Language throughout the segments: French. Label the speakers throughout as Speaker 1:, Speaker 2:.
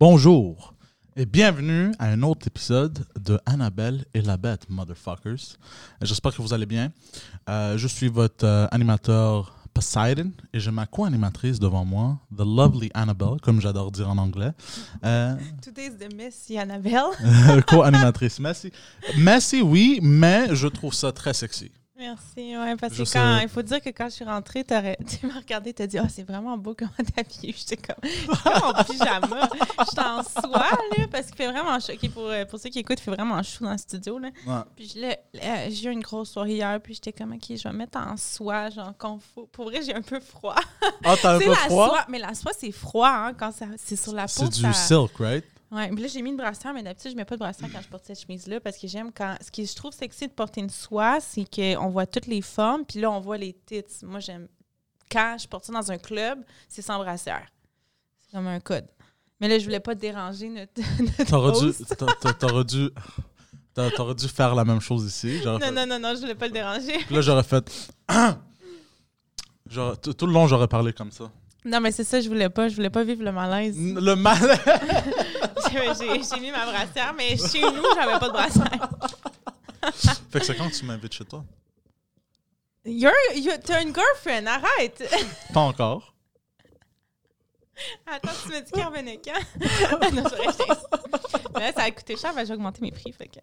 Speaker 1: Bonjour et bienvenue à un autre épisode de Annabelle et la bête, motherfuckers. J'espère que vous allez bien. Euh, je suis votre euh, animateur Poseidon et j'ai ma co-animatrice devant moi, The Lovely Annabelle, comme j'adore dire en anglais. Euh,
Speaker 2: Today's the Miss Annabelle.
Speaker 1: co-animatrice, merci. Merci, oui, mais je trouve ça très sexy.
Speaker 2: Merci, ouais, parce
Speaker 1: Je
Speaker 2: que
Speaker 1: sais.
Speaker 2: quand, il faut dire que quand je suis rentrée, t'aurais- tu m'as regardé, t'as dit, ah, c'est vraiment beau comment t'es habillée. J'étais comme, c'est comme mon pyjama. J'étais en soie, là, parce qu'il fait vraiment chaud. Ok, pour, euh, pour ceux qui écoutent, il fait vraiment chaud dans le studio, là.
Speaker 1: Ouais.
Speaker 2: Puis je l'ai- là, j'ai eu une grosse soirée hier, puis j'étais comme, ok, je vais me mettre en soie, genre, confo. Pour vrai, j'ai un peu froid.
Speaker 1: Ah, t'as un
Speaker 2: Tu sais,
Speaker 1: peu
Speaker 2: la
Speaker 1: froid?
Speaker 2: soie, mais la soie, c'est froid, hein, quand ça- c'est sur la peau.
Speaker 1: C'est du
Speaker 2: ça-
Speaker 1: silk, right?
Speaker 2: Ouais, puis là, j'ai mis le brassière, mais d'habitude, je mets pas de brassière quand je porte cette chemise-là parce que j'aime quand. Ce que je trouve sexy de porter une soie, c'est qu'on voit toutes les formes, puis là, on voit les tits. Moi, j'aime. Quand je porte ça dans un club, c'est sans brassière. C'est comme un code. Mais là, je voulais pas déranger notre. notre
Speaker 1: T'aurais dû,
Speaker 2: host.
Speaker 1: t'a- t'a- t'aurais dû, t'a- t'aurais dû faire la même chose ici. J'aurais fait-
Speaker 2: Non, non, non, non, je voulais pas le déranger.
Speaker 1: Puis là, j'aurais fait. J'aurais- tout tout le long, j'aurais parlé comme ça.
Speaker 2: Non, mais c'est ça, je voulais pas. Je voulais pas vivre le malaise.
Speaker 1: N- Le mal.
Speaker 2: J'ai j'ai mis ma brassière, mais chez nous, j'avais pas de brassière.
Speaker 1: fait que c'est quand que tu m'invites chez toi
Speaker 2: You're, you're, t'as une girlfriend, arrête!
Speaker 1: Pas encore.
Speaker 2: Attends, tu m'as dit qu'il revenait quand? non, j'aurais acheté ça. Mais là, ça a coûté cher, ben, j'ai augmenté mes prix. Fait que...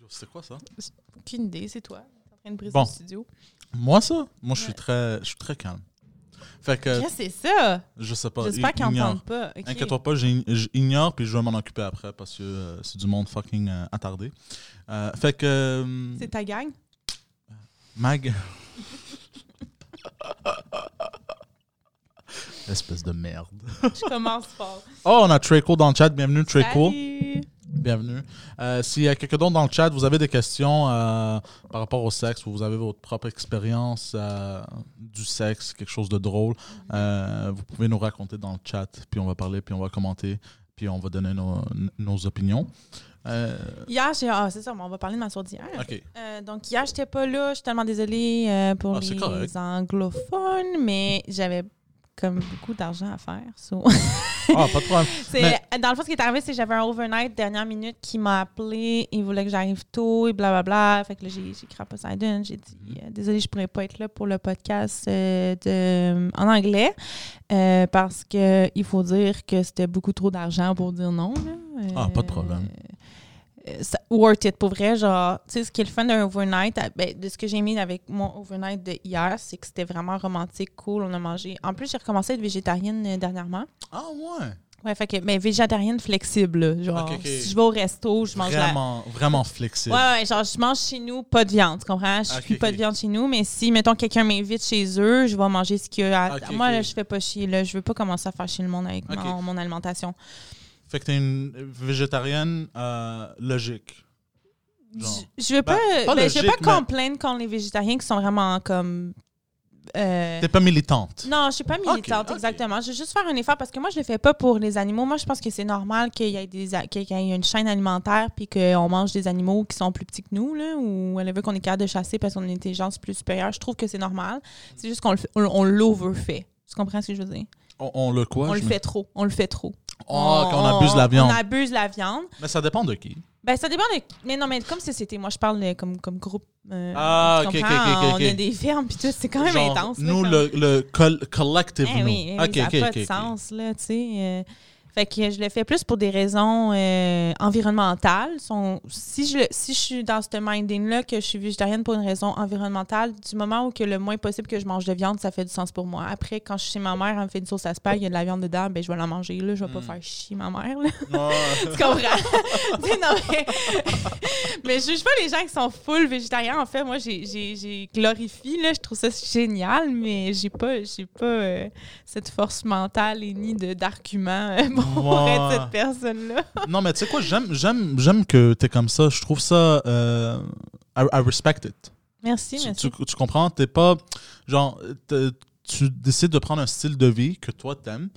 Speaker 1: Yo, C'est quoi ça
Speaker 2: Aucune idée, c'est toi. T'es en train de briser
Speaker 1: Bon.
Speaker 2: le studio.
Speaker 1: Moi, ça Moi, je suis
Speaker 2: Ouais.
Speaker 1: très, je suis très calme. Fait que
Speaker 2: Qu'est-ce que c'est ça?
Speaker 1: je sais Euh, pas.
Speaker 2: J'espère
Speaker 1: i-
Speaker 2: qu'ils
Speaker 1: ignore.
Speaker 2: n'entendent pas. Ok.
Speaker 1: Inquiète-toi pas, j'ign- j'ignore puis je vais m'en occuper après parce que euh, c'est du monde fucking euh, attardé. Euh, fait que euh,
Speaker 2: C'est ta gang?
Speaker 1: Mag. Espèce de merde.
Speaker 2: Je commence fort.
Speaker 1: Oh, on a Treco dans le chat. Bienvenue, Treco.
Speaker 2: Salut!
Speaker 1: Bienvenue. Euh, S'il y a quelqu'un d'autre dans le chat, vous avez des questions euh, par rapport au sexe, ou vous avez votre propre expérience euh, du sexe, quelque chose de drôle, euh, vous pouvez nous raconter dans le chat, puis on va parler, puis on va commenter, puis on va donner nos, nos opinions. Euh,
Speaker 2: Hier, j'ai. Ah, c'est ça, mais on va parler de ma sourde d'hier.
Speaker 1: OK.
Speaker 2: Euh, donc, hier, j'étais pas là. Je suis tellement désolée euh, pour
Speaker 1: Ah, c'est correct.
Speaker 2: les anglophones, mais j'avais comme beaucoup d'argent à faire. so-
Speaker 1: Ah, pas de problème.
Speaker 2: C'est- Dans le fond, ce qui est arrivé, c'est que j'avais un overnight dernière minute qui m'a appelé. Il voulait que j'arrive tôt et blablabla. Fait que là, j'ai j'ai écrit à Poseidon. J'ai dit
Speaker 1: Mm-hmm.
Speaker 2: euh, Désolée, je pourrais pas être là pour le podcast euh, de, en anglais euh, parce que il faut dire que c'était beaucoup trop d'argent pour dire non. là.
Speaker 1: Ah,
Speaker 2: Euh,
Speaker 1: pas de problème.
Speaker 2: euh, ça- worth it pour vrai genre tu sais ce qui est le fun d'un overnight à- ben, de ce que j'ai mis avec mon overnight de hier c'est que c'était vraiment romantique cool on a mangé en plus j'ai recommencé à être végétarienne euh, dernièrement
Speaker 1: Ah, ouais.
Speaker 2: Ouais, fait que, mais végétarienne flexible, là. genre,
Speaker 1: Ok, ok.
Speaker 2: si je vais au resto, je mange
Speaker 1: Vraiment, vraiment
Speaker 2: la...
Speaker 1: flexible.
Speaker 2: Ouais, ouais, genre, je mange chez nous, pas de viande, tu comprends? Je
Speaker 1: Ok,
Speaker 2: suis pas
Speaker 1: ok.
Speaker 2: de viande chez nous, mais si, mettons, quelqu'un m'invite chez eux, je vais manger ce qu'il y a. à-
Speaker 1: Ok,
Speaker 2: Moi,
Speaker 1: ok.
Speaker 2: là, je fais pas chier, là. Je veux pas commencer à faire chier le monde avec
Speaker 1: Ok.
Speaker 2: mon, mon alimentation.
Speaker 1: Fait que t'es une végétarienne euh, logique. Genre.
Speaker 2: Je, je veux pas...
Speaker 1: Ben, pas
Speaker 2: ben, je veux pas
Speaker 1: logique, mais-
Speaker 2: complaindre contre les végétariens qui sont vraiment, comme... euh,
Speaker 1: T'es pas militante.
Speaker 2: Non, je suis pas militante,
Speaker 1: Ok, ok.
Speaker 2: exactement. Je veux juste faire un effort parce que moi, je le fais pas pour les animaux. Moi, je pense que c'est normal qu'il y ait des a- qu'il y ait une chaîne alimentaire puis qu'on mange des animaux qui sont plus petits que nous, là, ou elle veut qu'on est capable de chasser parce qu'on a une intelligence plus supérieure. Je trouve que c'est normal. C'est juste qu'on le fait- on, on l'overfait. Tu comprends ce que je veux dire?
Speaker 1: On, on le quoi?
Speaker 2: on
Speaker 1: je
Speaker 2: le
Speaker 1: me-
Speaker 2: fait trop. On le fait trop.
Speaker 1: Ah, qu'on abuse de la viande.
Speaker 2: On abuse de la viande.
Speaker 1: Mais ça dépend de qui.
Speaker 2: Ben, ça dépend de. Mais non, mais comme société, moi, je parle de- comme, comme groupe. euh,
Speaker 1: Ah,
Speaker 2: tu
Speaker 1: ok, ok,
Speaker 2: comprends?
Speaker 1: ok, ok,
Speaker 2: On a
Speaker 1: ok.
Speaker 2: des fermes, puis tout, c'est quand même
Speaker 1: Genre,
Speaker 2: intense. là,
Speaker 1: Nous,
Speaker 2: comme-
Speaker 1: le, le col- collective,
Speaker 2: Eh
Speaker 1: nous.
Speaker 2: oui, eh oui,
Speaker 1: Ok,
Speaker 2: ça n'a
Speaker 1: ok,
Speaker 2: pas
Speaker 1: ok,
Speaker 2: de
Speaker 1: ok.
Speaker 2: sens, là, tu sais. euh. fait que je le fais plus pour des raisons euh, environnementales. Son- si, je, le- si je suis dans ce minding-là, que je suis végétarienne pour une raison environnementale, du moment où que le moins possible que je mange de viande, ça fait du sens pour moi. Après, quand je suis chez ma mère, elle me fait une sauce à spag, il y a de la viande dedans, ben je vais la manger, là. Je vais pas
Speaker 1: Mm.
Speaker 2: faire chier ma mère, là.
Speaker 1: Ouais.
Speaker 2: Tu comprends? Tu sais, non, mais, mais je juge pas les gens qui sont full végétariens. En fait, moi, j'ai- j'ai j'ai glorifié, là. Je trouve ça génial, mais j'ai pas, j'ai pas euh, cette force mentale et ni de- d'argument euh, pour
Speaker 1: Ouais.
Speaker 2: être cette personne-là.
Speaker 1: non, mais tu sais quoi, j'aime, j'aime, j'aime que t'es comme ça. Je trouve ça. euh, I, I respect it.
Speaker 2: Merci,
Speaker 1: Tu,
Speaker 2: merci.
Speaker 1: tu- tu comprends? T'es pas. Genre, t'es- tu décides de prendre un style de vie que toi t'aimes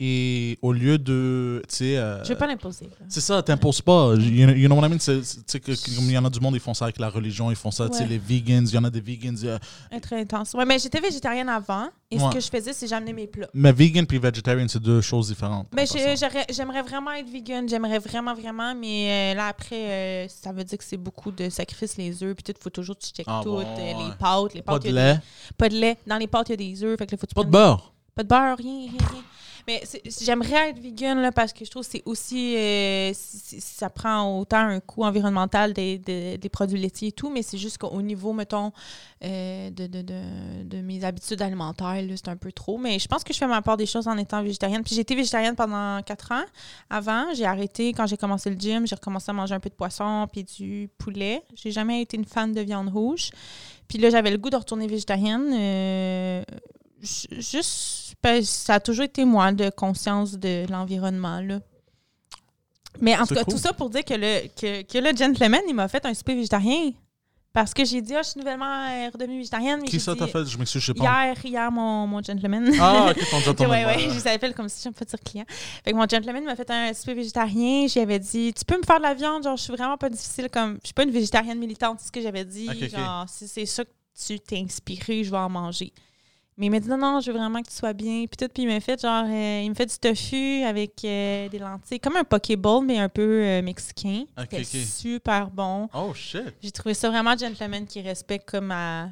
Speaker 1: et au lieu de, tu sais, euh,
Speaker 2: Je vais pas l'imposer. là.
Speaker 1: c'est ça, t'imposes pas. You know, you know what I mean? C'est- c'est- Tu sais, que- que- comme il y en a du monde, ils font ça avec la religion, ils font ça, tu sais,
Speaker 2: Ouais.
Speaker 1: les vegans, il y en a des vegans. euh,
Speaker 2: Être intense. Ouais, mais j'étais végétarienne avant et
Speaker 1: Ouais.
Speaker 2: ce que je faisais, c'est j'amenais mes plats.
Speaker 1: mais vegan puis vegetarian, c'est deux choses différentes. en
Speaker 2: Mais
Speaker 1: passant.
Speaker 2: j'ai- j'aurais- j'aimerais vraiment être vegan, j'aimerais vraiment, vraiment, mais euh, là après, euh, ça veut dire que c'est beaucoup de sacrifices, les œufs, puis tout, il faut toujours que tu checkes
Speaker 1: Ah,
Speaker 2: tout,
Speaker 1: ouais,
Speaker 2: euh,
Speaker 1: ouais, ouais.
Speaker 2: les pâtes, les
Speaker 1: pas
Speaker 2: pâtes.
Speaker 1: de
Speaker 2: il y a
Speaker 1: lait,
Speaker 2: des- pas de lait. Dans les pâtes, il y a des œufs, fait que là, faut que tu
Speaker 1: pas de
Speaker 2: prennes-
Speaker 1: beurre.
Speaker 2: Pas de beurre, rien, rien, rien. Mais c'est- j'aimerais être vegan là, parce que je trouve que c'est aussi. euh, c- c- ça prend autant un coût environnemental des, des- des produits laitiers et tout, mais c'est juste qu'au niveau, mettons, euh, de, de- de- de mes habitudes alimentaires, là, c'est un peu trop. Mais je pense que je fais ma part des choses en étant végétarienne. Puis j'ai été végétarienne pendant quatre ans. Avant, j'ai arrêté quand j'ai commencé le gym, j'ai recommencé à manger un peu de poisson puis du poulet. J'ai jamais été une fan de viande rouge. Puis là, j'avais le goût de retourner végétarienne. euh, ju- juste, ben, ça a toujours été moi de conscience de l'environnement, là. Mais en
Speaker 1: C'est
Speaker 2: tout cas,
Speaker 1: cool.
Speaker 2: tout ça pour dire que le, que, que le gentleman, il m'a fait un souper végétarien. Parce que j'ai dit, Ah, je suis nouvellement euh, redevenue végétarienne. Mais
Speaker 1: Qui
Speaker 2: j'ai
Speaker 1: ça
Speaker 2: dit-
Speaker 1: t'a fait? Je m'excuse, je sais pas.
Speaker 2: Hier, hier, mon, mon gentleman.
Speaker 1: Ah, ok, ton job,
Speaker 2: Oui,
Speaker 1: ton
Speaker 2: ouais, ouais,
Speaker 1: mémoire.
Speaker 2: je les appelle comme si j'aime pas dire client. Fait que mon gentleman m'a fait un souper végétarien. J'avais dit, tu peux me faire de la viande, genre, je suis vraiment pas difficile comme. Je suis pas une végétarienne militante, c'est ce que j'avais dit.
Speaker 1: Ok, ok.
Speaker 2: Genre, si c'est ça que tu t'es inspiré, je vais en manger. Mais il m'a dit, non, non, je veux vraiment que tu sois bien. Puis tout, puis il m'a fait, genre, euh, il me fait du tofu avec euh, des lentilles, comme un pokéball, mais un peu euh, mexicain.
Speaker 1: Ok,
Speaker 2: C'était
Speaker 1: ok.
Speaker 2: super bon.
Speaker 1: Oh shit.
Speaker 2: J'ai trouvé ça vraiment gentleman qui respecte comme à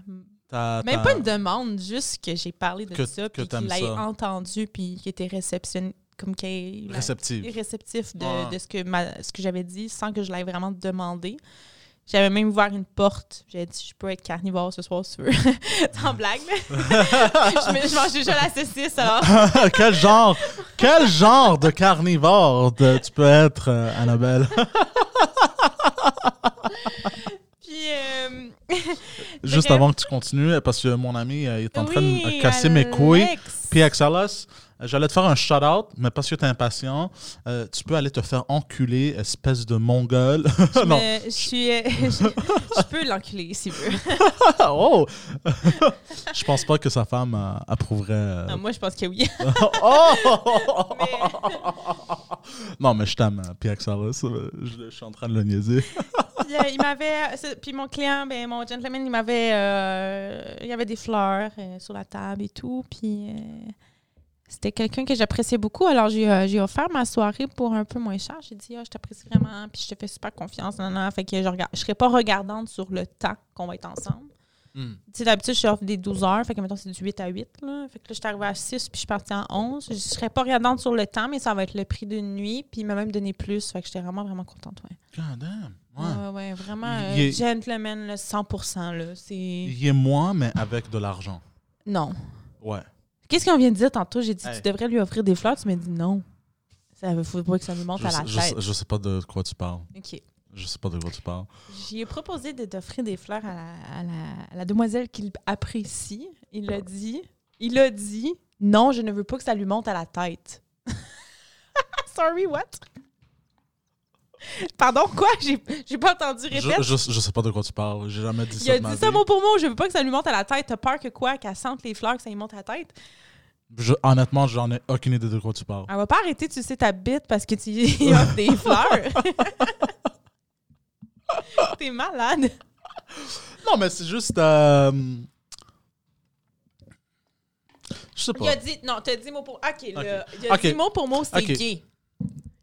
Speaker 1: T'as-
Speaker 2: même
Speaker 1: t'as-
Speaker 2: pas une demande, juste que j'ai parlé de
Speaker 1: Que-
Speaker 2: ça,
Speaker 1: que
Speaker 2: puis
Speaker 1: t'aimes
Speaker 2: qu'il l'ait
Speaker 1: ça.
Speaker 2: entendu, puis qu'il était réceptionné, comme qu'il ait-
Speaker 1: réceptive.
Speaker 2: réceptif de,
Speaker 1: Ouais.
Speaker 2: de ce que, ma- ce que j'avais dit, sans que je l'aie vraiment demandé. J'avais même ouvert une porte. J'avais dit, je peux être carnivore ce soir si tu veux. Sans blague, là. je, me- je mange déjà la saucisse, alors.
Speaker 1: quel genre, quel genre de carnivore de- tu peux être, euh, Annabelle?
Speaker 2: Puis, euh,
Speaker 1: Juste
Speaker 2: que-
Speaker 1: avant que tu continues, parce que mon ami euh, il est en train
Speaker 2: oui,
Speaker 1: de casser mes couilles.
Speaker 2: Alex.
Speaker 1: Puis Axelos, euh, j'allais te faire un shout-out, mais parce que t'es impatient, euh, tu peux aller te faire enculer, espèce de mongole.
Speaker 2: Je
Speaker 1: non.
Speaker 2: me- je suis, euh, je, je peux l'enculer s'il veut.
Speaker 1: oh! Je pense pas que sa femme euh, approuverait. euh,
Speaker 2: Non, moi, je pense que oui.
Speaker 1: oh!
Speaker 2: Mais-
Speaker 1: non, mais je t'aime, euh, Pierre Axelos. euh, Je, je suis en train de le niaiser.
Speaker 2: Puis, euh, il m'avait. c'est- Puis mon client, ben, mon gentleman, il m'avait. euh, il y avait des fleurs euh, sur la table et tout. Puis euh, c'était quelqu'un que j'appréciais beaucoup. Alors j'ai euh, j'ai offert ma soirée pour un peu moins cher. J'ai dit, Ah, je t'apprécie vraiment. Puis je te fais super confiance. Non, non. Fait que je regarde. Je serai pas regardante sur le temps qu'on va être ensemble. Tu sais, d'habitude, je offre des 12 heures. Fait que maintenant, c'est du 8 à 8. Là. Fait que là, je suis arrivée à 6 puis je suis partie en 11. Je serais pas regardante sur le temps, mais ça va être le prix d'une nuit. Puis il m'a même donné plus. Fait que j'étais vraiment, vraiment contente. ouais.
Speaker 1: God damn.
Speaker 2: Ouais,
Speaker 1: Ouais.
Speaker 2: ouais, ouais, vraiment.
Speaker 1: Il
Speaker 2: euh,
Speaker 1: est-
Speaker 2: Gentleman, là, 100%. Là, c'est...
Speaker 1: Il est moins, mais avec de l'argent.
Speaker 2: Non.
Speaker 1: Ouais.
Speaker 2: Qu'est-ce qu'on vient de dire tantôt? J'ai dit,
Speaker 1: Hey.
Speaker 2: tu devrais lui offrir des fleurs. Tu m'as dit non. Ça ne faut pas que ça lui monte
Speaker 1: Je,
Speaker 2: à la
Speaker 1: sais- je sais-
Speaker 2: tête.
Speaker 1: je sais pas de quoi tu parles.
Speaker 2: OK.
Speaker 1: Je sais pas de quoi tu parles.
Speaker 2: J'y ai proposé de t'offrir des fleurs à la, à la- à la demoiselle qu'il apprécie. Il l'a dit. Il a dit, non, je ne veux pas que ça lui monte à la tête. Sorry, what? Pardon, quoi? J'ai, j'ai pas entendu.
Speaker 1: Je,
Speaker 2: Répète.
Speaker 1: je, je sais pas de quoi tu parles. J'ai jamais dit
Speaker 2: Il
Speaker 1: ça.
Speaker 2: a
Speaker 1: de ma
Speaker 2: dit
Speaker 1: vie.
Speaker 2: ça mot pour mot. Je veux pas que ça lui monte à la tête. T'as peur que quoi? Qu'elle sente les fleurs, que ça lui monte à la tête?
Speaker 1: Je- honnêtement, j'en ai aucune idée de quoi tu parles.
Speaker 2: Elle va pas arrêter, tu sais, ta bite parce que tu y offres des fleurs. T'es malade.
Speaker 1: Non, mais c'est juste. euh, Je sais
Speaker 2: Il a
Speaker 1: pas.
Speaker 2: dit, non, t'as dit mot pour. Ok, là. Il a
Speaker 1: Ok.
Speaker 2: dit mot pour mot, c'est
Speaker 1: Ok.
Speaker 2: gay.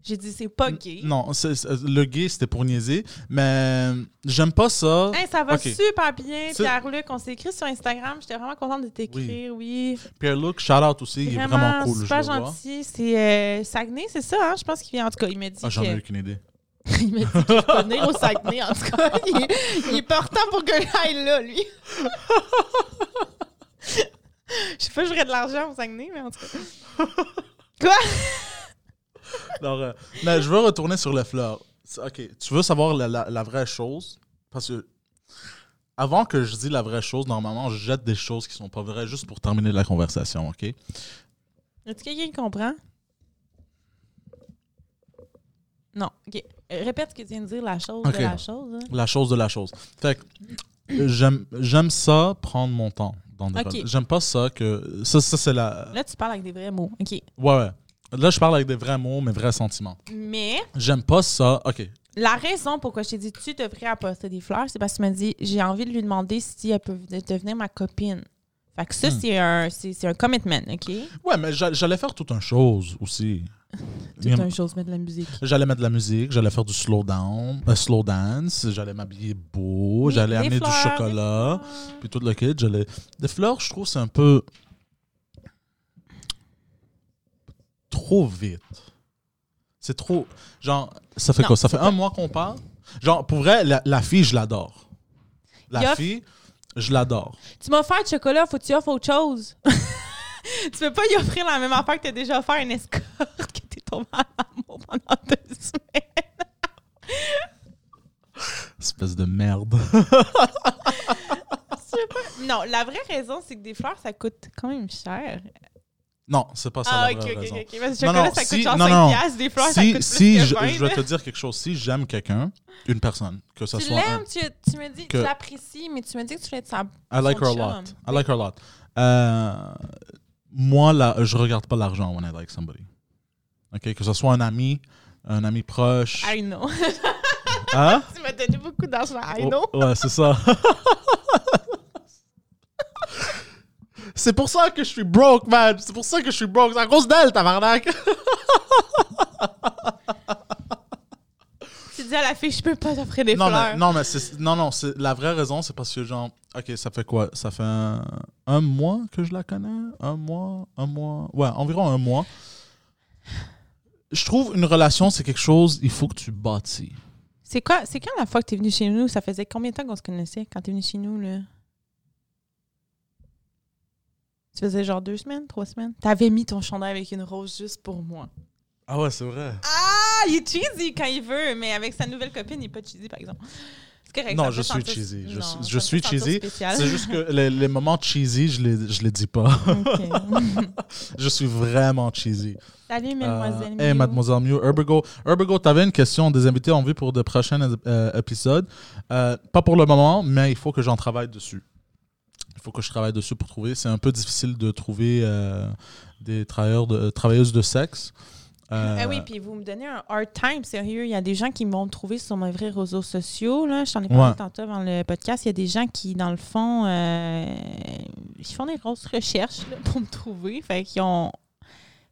Speaker 2: J'ai dit, c'est pas gay.
Speaker 1: Non, c'est- c'est- le gay, c'était pour niaiser. Mais j'aime pas ça.
Speaker 2: Hey, ça va
Speaker 1: Ok.
Speaker 2: super bien,
Speaker 1: C'est-
Speaker 2: Pierre-Luc. On s'est écrit sur Instagram. J'étais vraiment contente de t'écrire, oui.
Speaker 1: Pierre-Luc, shout-out aussi. Il est vraiment cool.
Speaker 2: super
Speaker 1: je le vois.
Speaker 2: gentil. C'est euh, Saguenay, c'est ça, hein? Je pense qu'il vient. En tout cas, il m'a dit
Speaker 1: Ah, j'en ai
Speaker 2: que...
Speaker 1: aucune idée.
Speaker 2: Il m'a dit qu'il peut venir au Saguenay, en tout cas. Il, est- il est partant pour que j'aille là, lui. Je sais pas, j'aurais de l'argent au Saguenay, mais en tout cas.
Speaker 1: Alors, euh, mais je veux retourner sur les fleurs. C'est- Ok, tu veux savoir la, la- la vraie chose? Parce que avant que je dise la vraie chose, normalement, je jette des choses qui sont pas vraies juste pour terminer la conversation, ok?
Speaker 2: Est-ce que quelqu'un qui comprend? Non. OK. Euh, Répète ce que tu viens de dire, la chose
Speaker 1: OK.
Speaker 2: de la chose. hein.
Speaker 1: La chose de la chose. Fait que j'aime j'aime ça, prendre mon temps. dans des
Speaker 2: Ok.
Speaker 1: rela- J'aime pas ça que. Ça, ça c'est la.
Speaker 2: Là, tu parles avec des vrais mots. OK.
Speaker 1: Ouais, ouais. Là, je parle avec des vrais mots, mes vrais sentiments.
Speaker 2: Mais
Speaker 1: J'aime pas ça. OK.
Speaker 2: la raison pourquoi je t'ai dit tu devrais apporter des fleurs, c'est parce que tu m'as dit j'ai envie de lui demander si elle peut de- devenir ma copine. Fait que ça,
Speaker 1: Hmm.
Speaker 2: c'est un, c'est, c'est un commitment, OK?
Speaker 1: Ouais, mais j'a- j'allais faire tout un chose aussi.
Speaker 2: Tout un chose, mettre de la musique.
Speaker 1: J'allais mettre de la musique, j'allais faire du slow down, euh, slow dance, j'allais m'habiller beau,
Speaker 2: Des-
Speaker 1: j'allais
Speaker 2: des
Speaker 1: amener du
Speaker 2: fleurs, des
Speaker 1: chocolat,
Speaker 2: fleurs.
Speaker 1: puis tout le kit, j'allais des fleurs, je trouve c'est un peu trop vite. C'est trop genre ça fait
Speaker 2: Non,
Speaker 1: quoi Ça fait un mois qu'on parle Genre pour vrai la, la fille, je l'adore. La
Speaker 2: Il y a-
Speaker 1: fille, je l'adore.
Speaker 2: Tu m'as offert du chocolat, faut que tu offres autre chose. tu peux pas y offrir la même affaire que t'as déjà offert une escorte que t'es tombé en amour pendant deux semaines.
Speaker 1: Espèce de merde.
Speaker 2: Je sais pas. Non, la vraie raison, c'est que des fleurs, ça coûte quand même cher.
Speaker 1: Non, c'est pas ça
Speaker 2: ah,
Speaker 1: la
Speaker 2: ok,
Speaker 1: vraie
Speaker 2: ok,
Speaker 1: raison.
Speaker 2: ok, ok. Parce que
Speaker 1: Non,
Speaker 2: chocolat,
Speaker 1: non,
Speaker 2: ça coûte
Speaker 1: si-
Speaker 2: genre
Speaker 1: non,
Speaker 2: 5
Speaker 1: non.
Speaker 2: piastres, des fleurs, ça
Speaker 1: si
Speaker 2: coûte plus
Speaker 1: si
Speaker 2: que
Speaker 1: je,
Speaker 2: 20,
Speaker 1: je vais
Speaker 2: là.
Speaker 1: te dire quelque chose, si j'aime quelqu'un, une personne, que ce
Speaker 2: Tu
Speaker 1: soit un,
Speaker 2: l'aimes, tu, tu me dis,
Speaker 1: hein. que-
Speaker 2: tu l'apprécies, mais tu me dis que tu l'aimes ça.
Speaker 1: I like her a
Speaker 2: son
Speaker 1: lot.
Speaker 2: chum.
Speaker 1: I like her a lot. Euh, moi, là, je regarde pas l'argent when I like somebody. OK? Que ce soit un ami, un ami proche.
Speaker 2: I know.
Speaker 1: Hein?
Speaker 2: tu m'as donné beaucoup d'argent, I
Speaker 1: Oh,
Speaker 2: know.
Speaker 1: ouais, c'est ça. c'est pour ça que je suis broke, man. C'est pour ça que je suis broke. C'est à cause d'elle, tabarnak.
Speaker 2: Tu dis à la fille, je peux pas t'offrir des
Speaker 1: non,
Speaker 2: fleurs.
Speaker 1: mais, non, mais c'est, non, non, c'est, la vraie raison, c'est parce que, genre, OK, ça fait quoi? Ça fait un, un mois que je la connais? Un mois? Un mois? Ouais, environ un mois. Je trouve une relation, c'est quelque chose, il faut que tu bâtis.
Speaker 2: C'est quoi, c'est quand la fois que t'es venu chez nous? Ça faisait combien de temps qu'on se connaissait quand t'es venu chez nous, là? Tu faisais genre deux semaines, trois semaines? T'avais mis ton chandail avec une rose juste pour moi.
Speaker 1: Ah ouais, c'est vrai.
Speaker 2: Ah! Il est cheesy quand il veut, mais avec sa nouvelle copine, il est pas cheesy, par exemple. C'est correct.
Speaker 1: Non,
Speaker 2: ça me
Speaker 1: je
Speaker 2: fait
Speaker 1: suis
Speaker 2: sentir-
Speaker 1: cheesy. Je
Speaker 2: Non,
Speaker 1: suis-
Speaker 2: ça
Speaker 1: je
Speaker 2: me
Speaker 1: suis
Speaker 2: fait sentir
Speaker 1: cheesy.
Speaker 2: spécial.
Speaker 1: C'est juste que les, les moments cheesy, je les, je les dis pas.
Speaker 2: Ok.
Speaker 1: je suis vraiment cheesy.
Speaker 2: Salut,
Speaker 1: Euh,
Speaker 2: mademoiselle.
Speaker 1: hey,
Speaker 2: Miu.
Speaker 1: mademoiselle Mew. Herbergo, Herbergo tu avais une question des invités en vue pour de prochains euh, épisodes. Euh, pas pour le moment, mais il faut que j'en travaille dessus. Il faut que je travaille dessus pour trouver. C'est un peu difficile de trouver euh, des travailleurs de, euh, travailleuses de sexe. Euh,
Speaker 2: Ah oui, puis vous me donnez un hard time, sérieux. Il y a des gens qui m'ont trouvé sur mes vrais réseaux sociaux. Là. Je t'en ai parlé
Speaker 1: Ouais.
Speaker 2: tantôt dans le podcast. Il y a des gens qui, dans le fond, euh, ils font des grosses recherches là, pour me trouver. Fait qu'ils ont.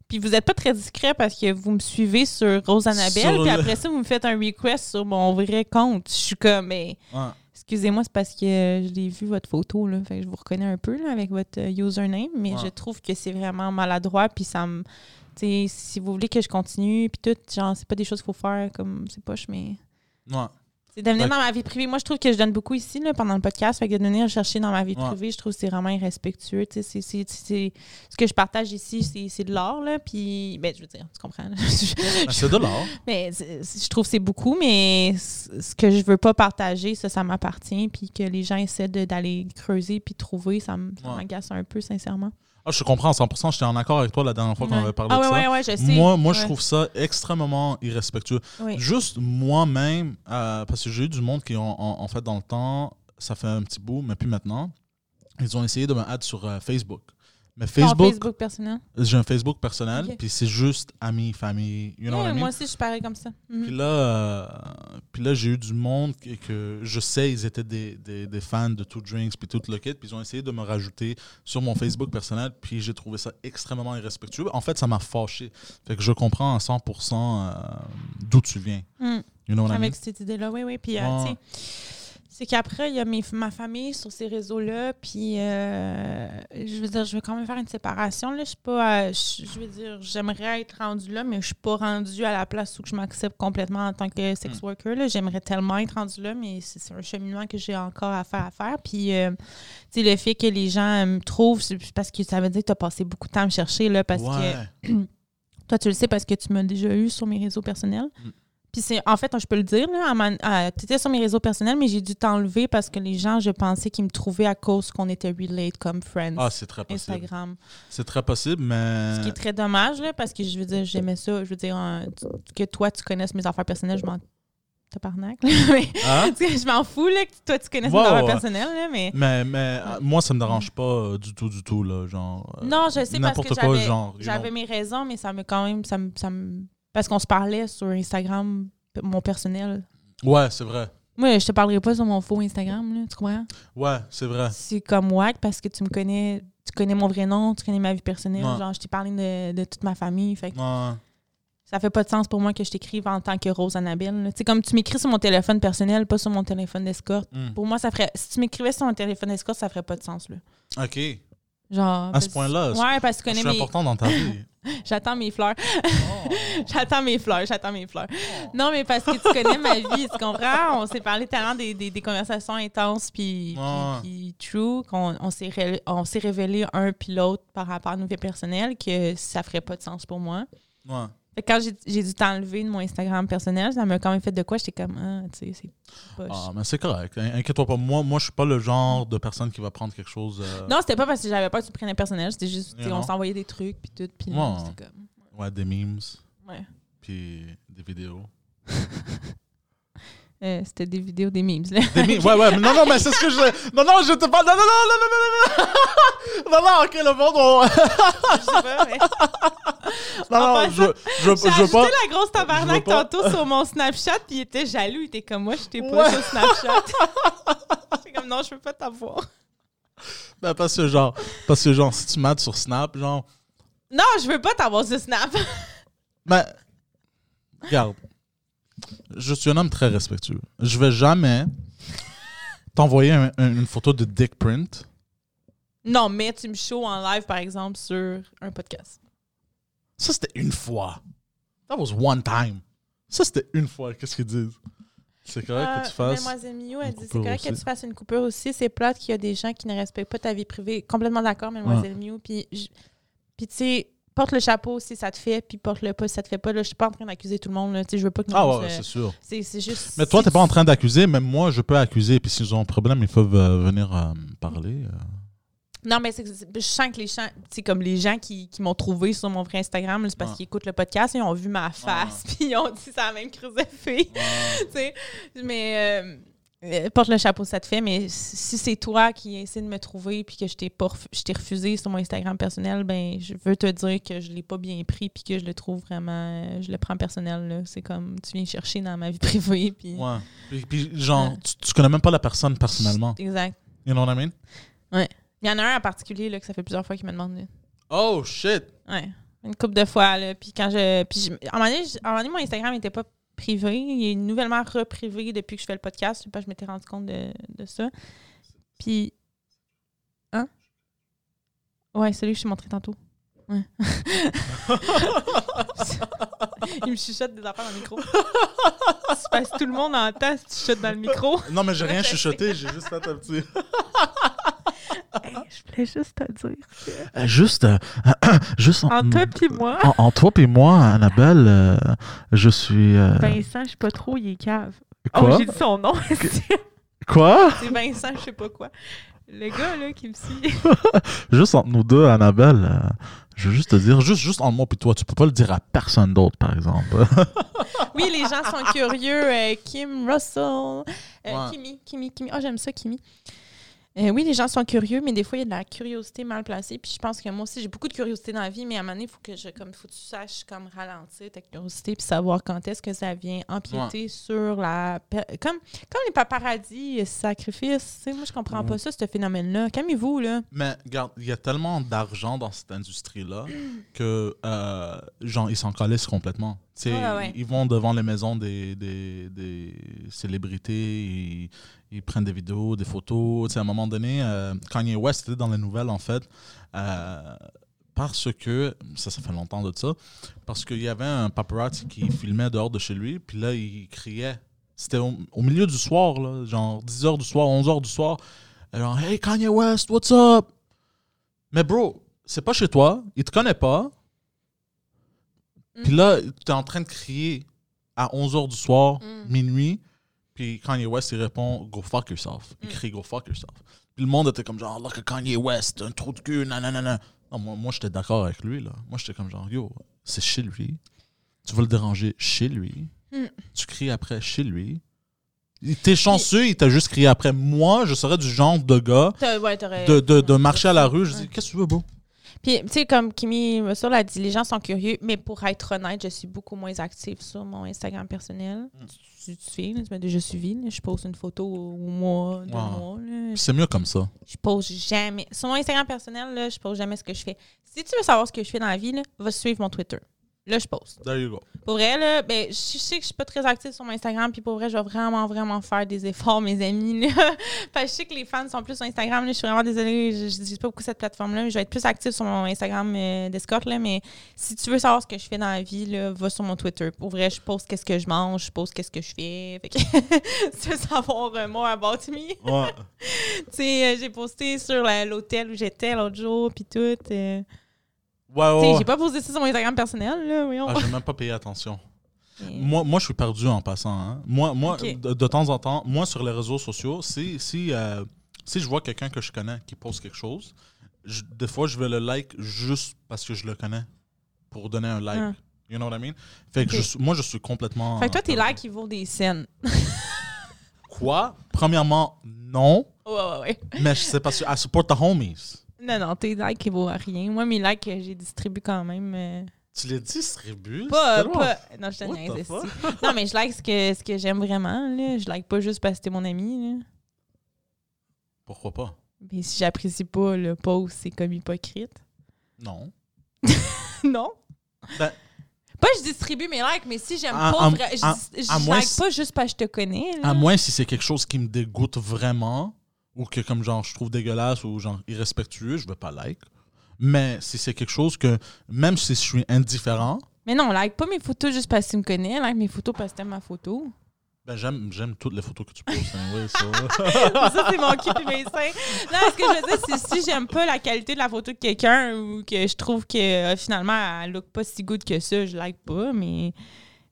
Speaker 2: Puis vous n'êtes pas très discret parce que vous me suivez sur Rose Annabelle,
Speaker 1: Sur le-
Speaker 2: puis après ça, vous me faites un request sur mon vrai compte. Je suis comme, mais
Speaker 1: ouais.
Speaker 2: excusez-moi, c'est parce que euh, je l'ai vu votre photo, là. Fait que je vous reconnais un peu là, avec votre euh, username, mais
Speaker 1: Ouais.
Speaker 2: je trouve que c'est vraiment maladroit, puis ça me. Tu sais, si vous voulez que je continue, puis tout, genre, c'est pas des choses qu'il faut faire, comme c'est poche, mais.
Speaker 1: Ouais.
Speaker 2: C'est de venir
Speaker 1: Fait-
Speaker 2: dans ma vie privée. Moi, je trouve que je donne beaucoup ici, là, pendant le podcast. Fait que de venir chercher dans ma vie
Speaker 1: Ouais.
Speaker 2: privée, je trouve que c'est vraiment irrespectueux. Tu sais, c'est- c'est- c'est- ce que je partage ici, c'est- c'est de l'art, là. Puis, ben, je veux dire, tu comprends. là. Je-
Speaker 1: Ben, C'est de l'art.
Speaker 2: mais c'est- c'est- je trouve que c'est beaucoup, mais c- ce que je veux pas partager, ça, ça m'appartient. Puis que les gens essaient de- d'aller creuser puis trouver, ça m- ça
Speaker 1: Ouais.
Speaker 2: m'agace un peu, sincèrement.
Speaker 1: Ah, je comprends 100%. J'étais en accord avec toi la dernière fois qu'on
Speaker 2: Ouais.
Speaker 1: avait parlé
Speaker 2: ah,
Speaker 1: de
Speaker 2: ouais,
Speaker 1: ça.
Speaker 2: ouais, ouais, je sais.
Speaker 1: Moi, moi je
Speaker 2: Ouais.
Speaker 1: trouve ça extrêmement irrespectueux.
Speaker 2: Oui.
Speaker 1: Juste moi-même, euh, parce que j'ai eu du monde qui ont, en, en fait, dans le temps, ça fait un petit bout, mais puis maintenant, ils ont essayé de me add sur euh, Facebook. Mais
Speaker 2: Ton
Speaker 1: Facebook,
Speaker 2: Facebook personnel.
Speaker 1: j'ai un Facebook personnel,
Speaker 2: Ok.
Speaker 1: puis c'est juste amis, famille, you know
Speaker 2: Ouais,
Speaker 1: what I mean?
Speaker 2: moi aussi, je suis pareil comme ça. Mhm.
Speaker 1: Puis là, euh, puis là j'ai eu du monde que, que je sais, ils étaient des, des- des fans de Two Drinks puis tout le kit. Puis ils ont essayé de me rajouter sur mon Facebook personnel. Puis j'ai trouvé ça extrêmement irrespectueux. En fait, ça m'a fâché. Fait que je comprends à 100% euh, d'où tu viens.
Speaker 2: Mm.
Speaker 1: You know what I mean?
Speaker 2: Avec cette idée-là, oui, oui. Puis, euh,
Speaker 1: Ouais.
Speaker 2: tu sais, c'est qu'après, il y a mes- ma famille sur ces réseaux-là. Puis, euh, je veux dire, je veux quand même faire une séparation. Là. Je suis pas. euh, je je veux dire, j'aimerais être rendue là, mais je suis pas rendue à la place où je m'accepte complètement en tant que sex
Speaker 1: Hmm.
Speaker 2: worker. là. J'aimerais tellement être rendue là, mais c'est c'est un cheminement que j'ai encore à faire. À faire. Puis, euh, tu sais, le fait que les gens euh, me trouvent, c'est parce que ça veut dire que tu as passé beaucoup de temps à me chercher, là, parce que.
Speaker 1: Ouais.
Speaker 2: Toi, tu le sais parce que tu m'as déjà eu sur mes réseaux personnels.
Speaker 1: Mm.
Speaker 2: Puis c'est en fait, je peux le dire, tu étais sur mes réseaux personnels, mais j'ai dû t'enlever parce que les gens, je pensais qu'ils me trouvaient à cause qu'on était relate comme friends.
Speaker 1: Ah, c'est très possible.
Speaker 2: Instagram.
Speaker 1: C'est très possible, mais.
Speaker 2: Ce qui est très dommage, là, parce que je veux dire, j'aimais ça. Je veux dire, hein, tu- que toi, tu connaisses mes affaires personnelles, je m'en tabarnak. là, mais,
Speaker 1: Hein?
Speaker 2: tu sais, je m'en fous là, que toi, tu connais
Speaker 1: Ouais,
Speaker 2: ton
Speaker 1: ouais, ouais.
Speaker 2: personnel, là, mais...
Speaker 1: Mais, mais euh, moi, ça me dérange pas euh, du tout, du tout, là. Genre. euh,
Speaker 2: Non, je sais parce
Speaker 1: n'importe
Speaker 2: que
Speaker 1: quoi,
Speaker 2: j'avais-
Speaker 1: genre, you
Speaker 2: j'avais
Speaker 1: know.
Speaker 2: mes raisons, mais ça me quand même... Ça me, ça me- Parce qu'on se parlait sur Instagram, p- mon personnel.
Speaker 1: Ouais, c'est vrai.
Speaker 2: Moi, je te parlerai pas sur mon faux Instagram, là, tu comprends?
Speaker 1: Ouais, c'est vrai.
Speaker 2: C'est comme wack parce que tu me connais... Tu connais mon vrai nom, tu connais ma vie personnelle.
Speaker 1: Ouais.
Speaker 2: Genre, je t'ai parlé de, de toute ma famille. Fait que
Speaker 1: Ouais.
Speaker 2: ça fait pas de sens pour moi que je t'écrive en tant que Rose Annabelle. là. Tu sais, comme tu m'écris sur mon téléphone personnel, pas sur mon téléphone d'escorte.
Speaker 1: Hmm.
Speaker 2: Pour moi, ça ferait. Si tu m'écrivais sur mon téléphone d'escorte, ça ferait pas de sens, là.
Speaker 1: OK.
Speaker 2: Genre.
Speaker 1: À ce
Speaker 2: parce-
Speaker 1: point-là,
Speaker 2: Ouais, parce que
Speaker 1: Je
Speaker 2: je connais
Speaker 1: suis
Speaker 2: mes.
Speaker 1: important dans ta vie.
Speaker 2: J'attends mes fleurs.
Speaker 1: Oh.
Speaker 2: J'attends mes fleurs, j'attends mes fleurs. Non, mais parce que tu connais ma vie, tu comprends? On s'est parlé tellement des, des, des conversations intenses puis,
Speaker 1: Ouais.
Speaker 2: puis, puis true, qu'on on s'est ré- on s'est révélé un puis l'autre par rapport à nos vies personnelles que ça ferait pas de sens pour moi.
Speaker 1: Ouais.
Speaker 2: Fait que quand j'ai- j'ai dû t'enlever de mon Instagram personnel, ça m'a quand même fait de quoi? J'étais comme, ah, tu sais, c'est poche.
Speaker 1: Ah, mais c'est correct. In- Inquiète-toi pas. Moi, moi, je suis pas le genre de personne qui va prendre quelque chose. euh,
Speaker 2: Non, c'était pas parce que j'avais peur que tu prenais personnel, c'était juste, tu sais,
Speaker 1: Non.
Speaker 2: on s'envoyait des trucs puis tout, puis
Speaker 1: Ouais.
Speaker 2: c'était comme,
Speaker 1: Ouais, des memes,
Speaker 2: ouais.
Speaker 1: puis des vidéos.
Speaker 2: Euh, c'était des vidéos, des memes, là.
Speaker 1: Des memes. Ouais, ouais. mais Non, non, mais c'est ce que je. Non, non, je te parle. Non, non, non, non, non, non, non, non. Non, non, ok, le monde. on-
Speaker 2: Je sais pas, mais-
Speaker 1: Non, non, je, je,
Speaker 2: J'ai
Speaker 1: je veux
Speaker 2: ajouté
Speaker 1: pas.
Speaker 2: la grosse tabarnak
Speaker 1: je veux pas.
Speaker 2: tantôt sur mon Snapchat, puis il était jaloux. Il était comme, moi, je t'ai pas
Speaker 1: Ouais.
Speaker 2: sur Snapchat. J'étais comme, non, je peux pas t'avoir.
Speaker 1: Ben, parce que genre, parce que genre, si tu mates sur Snap, genre,
Speaker 2: Non, je veux pas t'avoir sur Snap.
Speaker 1: ben, regarde, je suis un homme très respectueux. Je vais jamais t'envoyer un- un- une photo de dick print.
Speaker 2: Non, mais tu me shows en live, par exemple, sur un podcast.
Speaker 1: Ça, c'était une fois. That was one time. Ça, c'était une fois. Qu'est-ce qu'ils disent? C'est correct
Speaker 2: Ah,
Speaker 1: que tu fasses.
Speaker 2: Mademoiselle Miou,
Speaker 1: une
Speaker 2: elle dit, c'est
Speaker 1: coupure
Speaker 2: correct que
Speaker 1: aussi.
Speaker 2: tu fasses une coupure aussi. C'est plate qu'il y a des gens qui ne respectent pas ta vie privée. Complètement d'accord, Mademoiselle Miou. Puis, je- puis tu sais, porte le chapeau si ça te fait, puis porte-le pas si ça te fait pas. Là, je suis pas en train d'accuser tout le monde. là. Tu sais, je veux pas que
Speaker 1: Ah
Speaker 2: nous,
Speaker 1: ouais, ouais,
Speaker 2: euh,
Speaker 1: c'est sûr.
Speaker 2: c'est c'est juste.
Speaker 1: Mais toi,
Speaker 2: c'est-
Speaker 1: t'es pas en train d'accuser, même moi, je peux accuser. Puis s'ils ont un problème, ils peuvent euh, venir euh, me parler. euh.
Speaker 2: Non, mais c'est, c'est- je sens que les gens, c'est comme les gens qui, qui m'ont trouvé sur mon vrai Instagram, là, c'est parce
Speaker 1: Ouais. Ah,
Speaker 2: qu'ils écoutent le podcast, ils ont vu ma face, puis ils ont dit c'est la même crise de fille. tu sais. mais euh, euh, porte le chapeau, ça te fait, mais si c'est toi qui essaies de me trouver, puis que je t'ai, pas refu- je t'ai refusé sur mon Instagram personnel, ben je veux te dire que je l'ai pas bien pris, puis que je le trouve vraiment, euh, je le prends personnel. là. C'est comme tu viens chercher dans ma vie privée, puis.
Speaker 1: Ouais. Puis, puis genre,
Speaker 2: Ouais.
Speaker 1: tu, tu connais même pas la personne personnellement.
Speaker 2: Exact.
Speaker 1: You know what I mean?
Speaker 2: Il y en a un en particulier là, que ça fait plusieurs fois qu'il me demande.
Speaker 1: Oh shit!
Speaker 2: Ouais, une couple de fois là, puis quand je puis je- à un moment donné, je- à un moment donné, mon Instagram n'était pas privé, il est nouvellement reprivé depuis que je fais le podcast, je sais pas, je m'étais rendu compte de, de ça. Puis Hein Ouais, celui que je t'ai montré tantôt. Ouais. il me chuchote des affaires dans le micro. C'est parce que tout le monde entend si tu chuchotes dans le micro.
Speaker 1: Non, mais j'ai rien chuchoté, j'ai juste fait un petit.
Speaker 2: je voulais juste te dire.
Speaker 1: Euh, juste, juste Mm.
Speaker 2: En toi pis moi,
Speaker 1: En, en toi puis moi, Annabelle, euh, je suis. euh,
Speaker 2: Vincent, je sais pas trop, il est cave.
Speaker 1: quoi?
Speaker 2: Ben, Oh, j'ai dit son nom.
Speaker 1: Quoi?
Speaker 2: C'est Vincent, je sais pas quoi. Le gars, là, qui me suit.
Speaker 1: Juste entre nous deux, Annabelle, euh, je veux juste te dire, juste, juste entre moi puis toi, tu peux pas le dire à personne d'autre, par exemple.
Speaker 2: Oui, les gens sont curieux. Euh, Kim Russell. euh,
Speaker 1: Ouais.
Speaker 2: Kimi, Kimi, Kimi. Ah, j'aime ça, Kimi. Euh, oui, les gens sont curieux, mais des fois, il y a de la curiosité mal placée. Puis je pense que moi aussi, j'ai beaucoup de curiosité dans la vie, mais à un moment donné, il faut que, je, comme, faut que tu saches comme, ralentir ta curiosité puis savoir quand est-ce que ça vient empiéter sur la. per- Comme, comme les paparazzis, euh, sacrifices. tu sais, Moi, je comprends pas ça, ce phénomène-là. Calmez-vous, là.
Speaker 1: Mais regarde, il y a tellement d'argent dans cette industrie-là que, euh, genre, ils s'en calissent complètement. Tu sais,
Speaker 2: Ouais, ouais.
Speaker 1: Ils vont devant les maisons des, des, des célébrités, ils, ils prennent des vidéos, des photos. Tu sais, à un moment donné, euh, Kanye West était dans les nouvelles, en fait, euh, parce que, ça, ça fait longtemps de ça, parce qu'il y avait un paparazzi qui filmait dehors de chez lui, puis là, il criait. C'était au, au milieu du soir, là, genre 10h du soir, 11h du soir. Genre, hey Kanye West, what's up? Mais bro, c'est pas chez toi, il te connaît pas.
Speaker 2: Mm.
Speaker 1: Puis là, t'es en train de crier à 11h du soir,
Speaker 2: Mm.
Speaker 1: minuit. Puis Kanye West, il répond Go fuck yourself. Il
Speaker 2: Mm.
Speaker 1: crie Go fuck yourself. Puis le monde était comme genre, look at Kanye West, un trou de cul, nanana. Non, moi, moi j'étais d'accord avec lui, là. Moi, j'étais comme genre, yo, c'est chez lui. Tu vas le déranger chez lui.
Speaker 2: Mm.
Speaker 1: Tu cries après chez lui. T'es chanceux, il t'a juste crié après. Moi, je serais du genre de gars
Speaker 2: T'as- ouais, t'aurais-
Speaker 1: de, de, de marcher à la rue. Je dis, qu'est-ce que tu veux, beau?
Speaker 2: Puis, tu sais, comme Kimi me l'a dit, les gens sont curieux, mais pour être honnête, je suis beaucoup moins active sur mon Instagram personnel. Tu, tu suis, là, tu m'as déjà suivi. là. Je pose une photo au mois, deux
Speaker 1: Ouais.
Speaker 2: mois. là.
Speaker 1: Puis C'est mieux comme ça.
Speaker 2: Je pose jamais. Sur mon Instagram personnel, là, je pose jamais ce que je fais. Si tu veux savoir ce que je fais dans la vie, là, va suivre mon Twitter. Là, je poste.
Speaker 1: There you go.
Speaker 2: Pour vrai, là, ben, je sais que je suis pas très active sur mon Instagram, puis pour vrai, je vais vraiment, vraiment faire des efforts, mes amis. là. Parce que je sais que les fans sont plus sur Instagram. là. je suis vraiment désolée, je n'utilise pas beaucoup cette plateforme-là, mais je vais être plus active sur mon Instagram euh, d'escorte. là. Mais si tu veux savoir ce que je fais dans la vie, là, va sur mon Twitter. Pour vrai, je poste qu'est-ce que je mange, je poste qu'est-ce que je fais. Fait que si tu veux savoir un mot about me,
Speaker 1: Ouais.
Speaker 2: tu sais, euh, j'ai posté sur la- l'hôtel où j'étais l'autre jour, puis tout. euh.
Speaker 1: Ouais,
Speaker 2: Tu sais,
Speaker 1: ouais.
Speaker 2: j'ai pas posté ça sur mon Instagram personnel, là, voyons.
Speaker 1: Oh. Ah, j'ai même pas payé attention.
Speaker 2: Mais-
Speaker 1: Moi, moi, je suis perdu en passant. hein. Moi, moi
Speaker 2: Ok.
Speaker 1: de, de temps en temps, moi, sur les réseaux sociaux, si, si, euh, si je vois quelqu'un que je connais qui poste quelque chose, je- des fois, je vais le like juste parce que je le connais, pour donner un like.
Speaker 2: Ah.
Speaker 1: You know what I mean? Fait que
Speaker 2: Ok.
Speaker 1: je suis- moi, je suis complètement...
Speaker 2: Fait que toi, tes
Speaker 1: perdu.
Speaker 2: likes, ils vaut des scènes.
Speaker 1: Quoi? Premièrement, non,
Speaker 2: Ouais, ouais, ouais.
Speaker 1: mais c'est parce que I support the homies.
Speaker 2: Non, non, tes likes, ils vaut rien. Moi, mes likes, euh, j'ai distribué quand même. euh,
Speaker 1: Tu les distribues?
Speaker 2: Pas,
Speaker 1: c'est
Speaker 2: pas. Non, je te
Speaker 1: What the
Speaker 2: niaise
Speaker 1: fuck?
Speaker 2: ici. Non, mais je like ce que, ce que j'aime vraiment. Là. Je like pas juste parce que t'es mon ami. Là.
Speaker 1: Pourquoi pas?
Speaker 2: Mais si j'apprécie pas le post, c'est comme hypocrite.
Speaker 1: Non.
Speaker 2: non?
Speaker 1: Ben-
Speaker 2: Pas je distribue mes likes, mais si j'aime
Speaker 1: À-
Speaker 2: pas,
Speaker 1: à-
Speaker 2: vra- je,
Speaker 1: à-
Speaker 2: dis- je
Speaker 1: à moins
Speaker 2: like
Speaker 1: si-
Speaker 2: pas juste parce que je te connais. là.
Speaker 1: À moins si c'est quelque chose qui me dégoûte vraiment ou que comme genre je trouve dégueulasse ou genre irrespectueux, je vais pas like. Mais si c'est quelque chose que même si je suis indifférent,
Speaker 2: Mais non, like pas mes photos juste parce que tu me connais. Like mes photos parce que t'aimes ma photo.
Speaker 1: ben j'aime j'aime toutes les photos que tu hein, poses. anyway, so.
Speaker 2: ça, c'est mon cul et mes seins. Non, ce que je veux dire, c'est si j'aime pas la qualité de la photo de quelqu'un ou que je trouve que euh, finalement, elle look pas si good que ça, je like pas, mais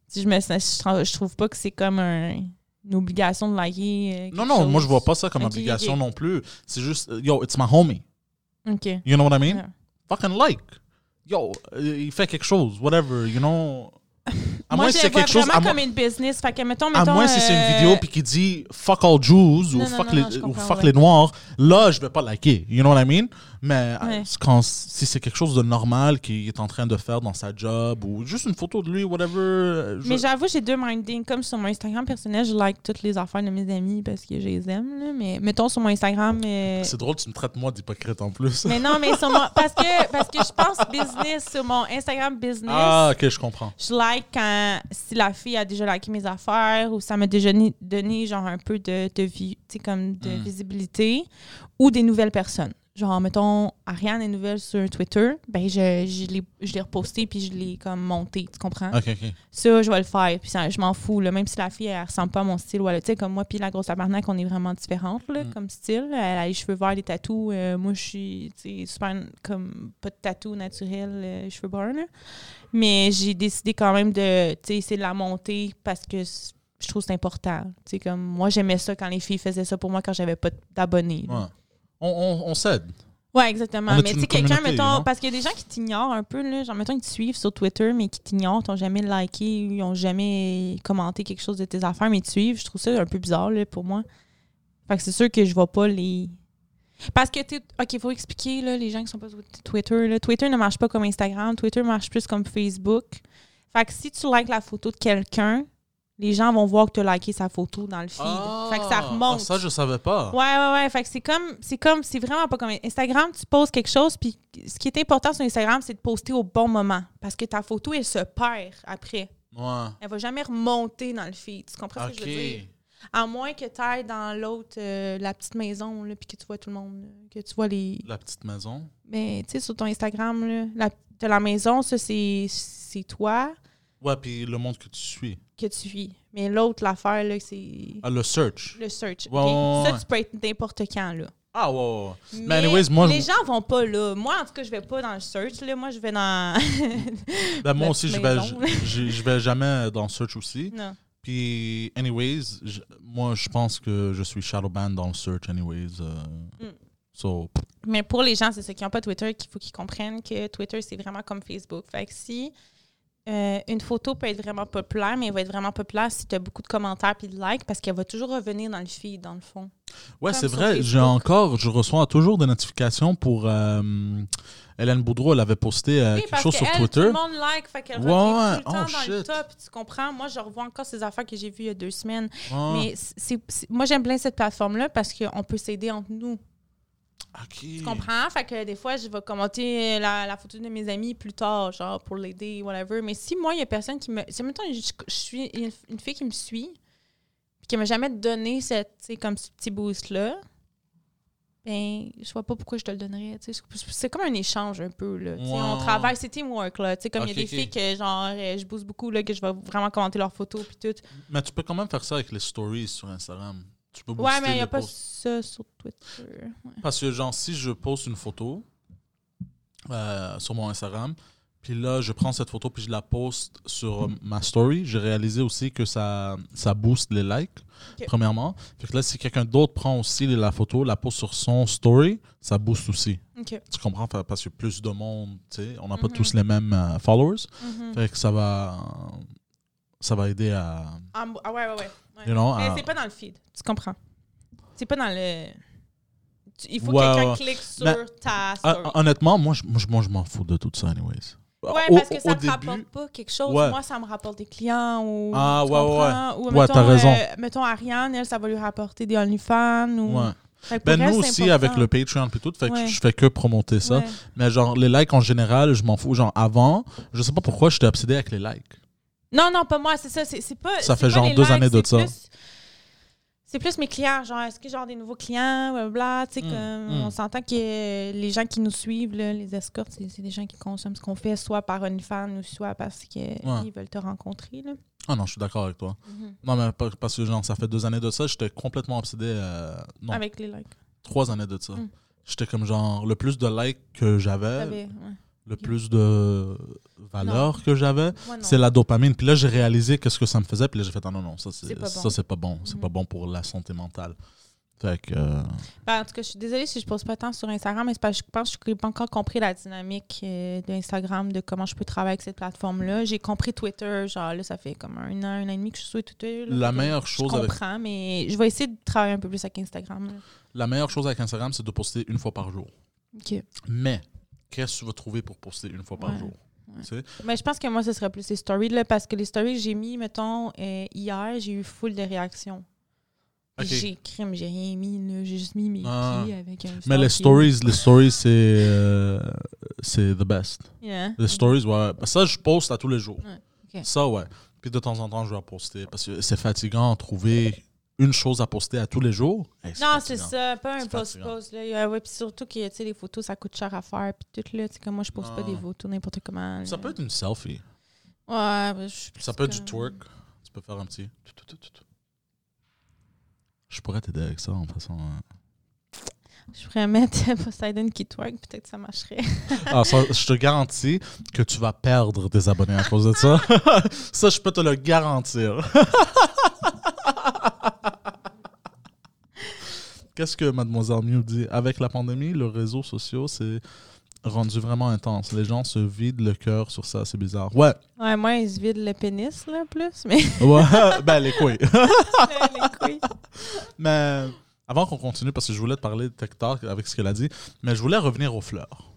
Speaker 2: si je me sens- je trou- je trouve pas que c'est comme un- une obligation de liker. euh, quelque
Speaker 1: non non, moi je
Speaker 2: chose.
Speaker 1: vois pas ça comme
Speaker 2: Ok,
Speaker 1: obligation
Speaker 2: ok.
Speaker 1: non plus. C'est juste euh, yo, it's my homie.
Speaker 2: OK.
Speaker 1: You know what I mean?
Speaker 2: Ouais.
Speaker 1: Fucking like. Yo, euh, il fait quelque chose, whatever, you know. À
Speaker 2: moi,
Speaker 1: moins si
Speaker 2: je le
Speaker 1: c'est
Speaker 2: vois
Speaker 1: quelque chose à
Speaker 2: vraiment
Speaker 1: moins-
Speaker 2: comme une business. Fait que, mettons,
Speaker 1: À
Speaker 2: mettons...
Speaker 1: moins si c'est une
Speaker 2: euh,
Speaker 1: vidéo puis qui dit fuck all Jews
Speaker 2: Non,
Speaker 1: ou
Speaker 2: non,
Speaker 1: fuck,
Speaker 2: non, non,
Speaker 1: les,
Speaker 2: je
Speaker 1: ou
Speaker 2: comprends,
Speaker 1: fuck
Speaker 2: ouais.
Speaker 1: les noirs, là je vais pas liker, you know what I mean? Mais euh,
Speaker 2: Ouais.
Speaker 1: quand, si c'est quelque chose de normal qu'il est en train de faire dans sa job ou juste une photo de lui, whatever. euh, je-
Speaker 2: Mais j'avoue, j'ai deux mindings. Comme sur mon Instagram personnel, je like toutes les affaires de mes amis parce que je les aime. là. Mais mettons sur mon Instagram... euh,
Speaker 1: c'est drôle, tu me traites moi d'hypocrite en plus.
Speaker 2: Mais non, mais sur mon- parce que parce que je pense business sur mon Instagram business.
Speaker 1: Ah, ok, je comprends.
Speaker 2: Je like quand si la fille a déjà liké mes affaires ou ça m'a déjà ni- donné genre un peu de, de vie, tu sais, comme de
Speaker 1: Mm.
Speaker 2: visibilité ou des nouvelles personnes. Genre, mettons, Ariane est nouvelle sur Twitter, ben je, je l'ai je l'ai repostée puis je l'ai comme montée, tu comprends?
Speaker 1: Ok, ok.
Speaker 2: Ça, je vais le faire, puis ça, je m'en fous, là, même si la fille, elle ressemble pas à mon style, ou elle- tu sais, comme moi, puis la grosse tabarnak, on est vraiment différentes, là,
Speaker 1: Mm.
Speaker 2: comme style. Elle a les cheveux verts, les tatous, euh, moi, je suis, tu sais, super, comme, pas de tatou naturel, euh, cheveux bruns, là. Mais j'ai décidé quand même de, tu sais, essayer de la monter parce que c- je trouve que c'est important. Tu sais, comme, moi, j'aimais ça quand les filles faisaient ça pour moi quand j'avais pas d'abonnés. là.
Speaker 1: Ouais. On, on, on s'aide.
Speaker 2: Ouais, exactement.
Speaker 1: On a-tu
Speaker 2: Mais
Speaker 1: une
Speaker 2: tu sais, quelqu'un,
Speaker 1: communauté,
Speaker 2: mettons,
Speaker 1: non?
Speaker 2: parce qu'il y a des gens qui t'ignorent un peu, là. Genre, mettons, ils te suivent sur Twitter, mais qui t'ignorent, t'ont jamais liké, ou ils ont jamais commenté quelque chose de tes affaires, mais ils te suivent. Je trouve ça un peu bizarre, là, pour moi. Fait que c'est sûr que je vais pas les. Parce que, tu OK, faut expliquer, là, les gens qui sont pas sur Twitter, là. Twitter ne marche pas comme Instagram. Twitter marche plus comme Facebook. Fait que si tu likes la photo de quelqu'un, les gens vont voir que tu as liké sa photo dans le feed. fait que ça
Speaker 1: Ah,
Speaker 2: remonte.
Speaker 1: ah, ça, je savais pas.
Speaker 2: Ouais, ouais, ouais. Fait que c'est comme, c'est comme, c'est vraiment pas comme Instagram. Tu poses quelque chose, puis ce qui est important sur Instagram, c'est de poster au bon moment, parce que ta photo elle se perd après.
Speaker 1: Ouais.
Speaker 2: Elle va jamais remonter dans le feed. Tu comprends ce
Speaker 1: Ok.
Speaker 2: que je veux dire? À moins que tu ailles dans l'autre, euh, la petite maison, là, puis que tu vois tout le monde, là, que tu vois les.
Speaker 1: La petite maison.
Speaker 2: Mais tu sais, sur ton Instagram, là, la, de la maison, ça c'est, c'est toi
Speaker 1: Ouais, puis le monde que tu suis.
Speaker 2: que tu vis. Mais l'autre l'affaire là, c'est
Speaker 1: Ah, le search.
Speaker 2: le search.
Speaker 1: Ouais,
Speaker 2: ok?
Speaker 1: ouais, ouais.
Speaker 2: Ça, tu peux être n'importe quand là.
Speaker 1: Ah, ouais, ouais, ouais.
Speaker 2: Mais,
Speaker 1: anyways, moi,
Speaker 2: les
Speaker 1: je-
Speaker 2: gens vont pas là. Moi, en tout cas, je vais pas dans le search. Là. Moi, je vais dans.
Speaker 1: Ben, moi
Speaker 2: La
Speaker 1: aussi, je
Speaker 2: petite
Speaker 1: vais,
Speaker 2: maison.
Speaker 1: je, je- je vais jamais dans search aussi.
Speaker 2: non.
Speaker 1: Puis, anyways, je- moi, je pense que je suis shadowban dans le search, anyways. euh.
Speaker 2: Mm.
Speaker 1: So,
Speaker 2: Mais pour les gens, c'est ceux qui n'ont pas Twitter qu'il faut qu'ils comprennent que Twitter, c'est vraiment comme Facebook. Fait que si euh, une photo peut être vraiment populaire, mais elle va être vraiment populaire si tu as beaucoup de commentaires et de likes parce qu'elle va toujours revenir dans le feed, dans le fond.
Speaker 1: Euh, Ouais,
Speaker 2: Comme
Speaker 1: c'est
Speaker 2: sur
Speaker 1: vrai.
Speaker 2: Facebook.
Speaker 1: J'ai encore, je reçois toujours des notifications pour euh, Hélène Boudreau. Elle avait posté euh,
Speaker 2: Oui,
Speaker 1: quelque
Speaker 2: parce
Speaker 1: chose sur
Speaker 2: que elle, Tout
Speaker 1: Twitter.
Speaker 2: le monde like, fait qu'elle
Speaker 1: Ouais,
Speaker 2: revient
Speaker 1: ouais.
Speaker 2: tout le temps
Speaker 1: Oh,
Speaker 2: dans le
Speaker 1: shit.
Speaker 2: top, tu comprends? Moi, je revois encore ces affaires que j'ai vues il y a deux semaines.
Speaker 1: Ah,
Speaker 2: Mais c'est- c'est- c'est- moi, j'aime bien cette plateforme-là parce qu'on peut s'aider entre nous.
Speaker 1: ok.
Speaker 2: Tu comprends? Fait que des fois, je vais commenter la, la photo de mes amis plus tard, genre pour l'aider, whatever. Mais si moi, il y a personne qui me. Si mettons, je, je suis une, une fille qui me suit, puis qui m'a jamais donné cette, tu sais, comme ce petit boost-là, ben, je vois pas pourquoi je te le donnerais. tu sais. C'est- C'est comme un échange un peu, là. Tu sais,
Speaker 1: Ouais,
Speaker 2: On
Speaker 1: ouais.
Speaker 2: travaille, c'est teamwork, là. Tu sais, comme il y a
Speaker 1: Ok,
Speaker 2: des
Speaker 1: ok.
Speaker 2: filles que, genre, euh, je booste beaucoup, là, que je vais vraiment commenter leurs photos, puis tout.
Speaker 1: Mais tu peux quand même faire ça avec les stories sur Instagram. Tu peux
Speaker 2: Ouais,
Speaker 1: booster
Speaker 2: mais il n'y
Speaker 1: les
Speaker 2: a pas
Speaker 1: posts.
Speaker 2: ça sur Twitter. Ouais.
Speaker 1: Parce que, genre, si je poste une photo euh, sur mon Instagram, puis là, je prends cette photo puis je la poste sur euh, ma story, j'ai réalisé aussi que ça, ça booste les likes,
Speaker 2: Ok.
Speaker 1: premièrement. Fait que là, si quelqu'un d'autre prend aussi la photo, la poste sur son story, ça booste aussi.
Speaker 2: OK.
Speaker 1: Tu comprends? Fait- Parce que plus de monde, tu sais, on n'a
Speaker 2: Mhm.
Speaker 1: pas tous les mêmes euh, followers.
Speaker 2: Mhm.
Speaker 1: Fait que ça va, ça va aider à.
Speaker 2: Ah, m- ah ouais, ouais, ouais. Ouais.
Speaker 1: You know,
Speaker 2: Mais
Speaker 1: à-
Speaker 2: c'est pas dans le feed, tu comprends. C'est pas dans le... tu- Il faut
Speaker 1: Ouais,
Speaker 2: que quelqu'un
Speaker 1: ouais.
Speaker 2: clique sur
Speaker 1: Mais-
Speaker 2: ta
Speaker 1: Ah,
Speaker 2: story.
Speaker 1: Honnêtement, moi, je, moi, je- moi, je m'en fous de tout ça, anyways.
Speaker 2: ouais,
Speaker 1: Au-
Speaker 2: parce que ça
Speaker 1: au
Speaker 2: te
Speaker 1: début-
Speaker 2: rapporte pas quelque chose.
Speaker 1: Ouais.
Speaker 2: Moi, ça me rapporte des clients ou...
Speaker 1: Ah,
Speaker 2: tu
Speaker 1: ouais, ouais,
Speaker 2: comprends? Ou,
Speaker 1: Ouais,
Speaker 2: mettons,
Speaker 1: t'as raison.
Speaker 2: euh, mettons, Ariane, elle, ça va lui rapporter des OnlyFans ou...
Speaker 1: Ouais.
Speaker 2: Fait que pour
Speaker 1: Ben,
Speaker 2: elle,
Speaker 1: nous
Speaker 2: c'est
Speaker 1: aussi,
Speaker 2: important.
Speaker 1: avec le Patreon et tout, fait que
Speaker 2: Ouais.
Speaker 1: je fais que promoter ça.
Speaker 2: Ouais.
Speaker 1: Mais genre, les likes en général, je m'en fous. Genre, avant, je sais pas pourquoi j'étais obsédé avec les likes.
Speaker 2: Non, non, pas moi, c'est ça. C'est, c'est pas,
Speaker 1: Ça
Speaker 2: c'est
Speaker 1: fait
Speaker 2: pas
Speaker 1: genre
Speaker 2: les
Speaker 1: deux
Speaker 2: likes,
Speaker 1: années de
Speaker 2: c'est
Speaker 1: ça.
Speaker 2: plus- C'est plus mes clients, genre, est-ce que genre des nouveaux clients, blablabla, tu sais,
Speaker 1: Mm,
Speaker 2: comme,
Speaker 1: mm.
Speaker 2: on s'entend que euh, les gens qui nous suivent, là, les escortes, c'est, c'est des gens qui consomment ce qu'on fait, soit par OnlyFans ou soit parce qu'ils veulent te rencontrer, là.
Speaker 1: Ah non, je suis d'accord avec toi. Non, mais pas- parce que genre, ça fait deux années de ça, j'étais complètement obsédé. euh, non,
Speaker 2: Avec les likes.
Speaker 1: trois années de ça.
Speaker 2: Mm.
Speaker 1: J'étais comme genre, le plus de likes que j'avais,
Speaker 2: T'avais- ouais.
Speaker 1: le plus de valeur que j'avais,
Speaker 2: Moi, non.
Speaker 1: c'est la dopamine. Puis là, j'ai réalisé qu'est-ce que ça me faisait. Puis là, j'ai fait, ah non, non, ça,
Speaker 2: C'est
Speaker 1: c'est
Speaker 2: pas bon.
Speaker 1: ça, c'est pas bon. C'est
Speaker 2: Mhm.
Speaker 1: pas bon pour la santé mentale. Fait que. euh,
Speaker 2: Ben, en tout cas, je suis désolée si je pose pas tant sur Instagram, mais c'est parce que je pense que je n'ai pas encore compris la dynamique euh, d'Instagram, de comment je peux travailler avec cette plateforme-là. J'ai compris Twitter, genre là, ça fait comme un an, un an et demi que je suis sur Twitter. là.
Speaker 1: la
Speaker 2: Fait que
Speaker 1: meilleure
Speaker 2: je
Speaker 1: chose avec
Speaker 2: comprends, mais je vais essayer de travailler un peu plus avec Instagram. là.
Speaker 1: la meilleure chose avec Instagram, c'est de poster une fois par jour.
Speaker 2: OK.
Speaker 1: Mais qu'est-ce que tu vas trouver pour poster une fois par
Speaker 2: Ouais.
Speaker 1: jour?
Speaker 2: Mais je pense que moi, ce serait plus les stories, là, parce que les stories que j'ai mis, mettons, euh, hier, j'ai eu full de réactions.
Speaker 1: Ok.
Speaker 2: J'ai crime, j'ai rien mis, là. J'ai juste mis mes
Speaker 1: Ah.
Speaker 2: pieds avec un
Speaker 1: Mais les stories, les stories, c'est euh, c'est the best.
Speaker 2: Yeah.
Speaker 1: Les stories, ouais. Ben, Ça, je poste à tous les jours.
Speaker 2: Ouais, ok.
Speaker 1: Ça, ouais. Puis de temps en temps, je vais en poster parce que c'est fatigant de trouver une chose à poster à tous les jours. Hey,
Speaker 2: Non, c'est
Speaker 1: fatigant.
Speaker 2: ça, pas un
Speaker 1: C'est fatigant.
Speaker 2: post-post. là. Euh, ouais, puis surtout que tu sais, les photos, ça coûte cher à faire. Puis tout, là, tu sais, comme moi, je pose pas
Speaker 1: Non.
Speaker 2: des photos n'importe comment.
Speaker 1: Ah. Ça
Speaker 2: là.
Speaker 1: peut être une selfie.
Speaker 2: Ouais, ben, je suis plus
Speaker 1: Ça peut être du
Speaker 2: comme-
Speaker 1: twerk. Tu peux faire un petit. tout, tout, tout, tout, tout. Je pourrais t'aider avec ça en façon. euh.
Speaker 2: Je pourrais mettre Poseidon qui twerk, peut-être que ça marcherait.
Speaker 1: Ah, ça, je te garantis que tu vas perdre des abonnés à cause de ça. ça, je peux te le garantir. Qu'est-ce que Mademoiselle Mew dit Avec la pandémie, le réseau social c'est rendu vraiment intense. Les gens se vident le cœur sur ça, c'est bizarre. Ouais,
Speaker 2: Ouais, moi, ils se vident le pénis, là, plus, mais
Speaker 1: ouais. ben les couilles.
Speaker 2: les couilles.
Speaker 1: Mais avant qu'on continue, parce que je voulais te parler de TikTok avec ce qu'elle a dit, mais je voulais revenir aux fleurs.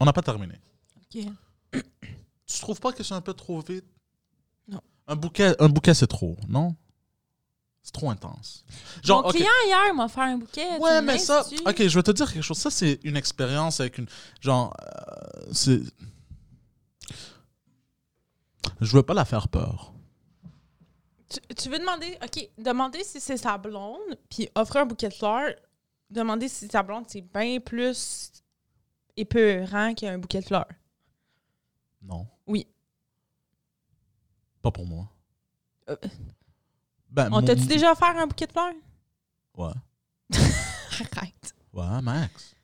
Speaker 1: On n'a pas terminé.
Speaker 2: Ok.
Speaker 1: Tu trouves pas que c'est un peu trop vite?
Speaker 2: Non.
Speaker 1: Un bouquet, un bouquet c'est trop, non? C'est trop intense. Genre,
Speaker 2: Mon
Speaker 1: ok.
Speaker 2: client hier m'a fait un bouquet. tu
Speaker 1: Ouais,
Speaker 2: me
Speaker 1: mais ça.
Speaker 2: niaises-tu?
Speaker 1: Ok, je vais te dire quelque chose. Ça, c'est une expérience avec une. Genre. euh, c'est. Je veux pas la faire peur.
Speaker 2: Tu, tu veux demander, OK, demander si c'est sa blonde, puis offrir un bouquet de fleurs. Demander si sa blonde, c'est bien plus épeurant qu'un bouquet de fleurs.
Speaker 1: Non.
Speaker 2: Oui.
Speaker 1: Pas pour moi.
Speaker 2: Euh.
Speaker 1: Ben, mon-
Speaker 2: On t'a-tu déjà offert un bouquet de fleurs?
Speaker 1: Ouais.
Speaker 2: Arrête.
Speaker 1: Ouais, ma ex.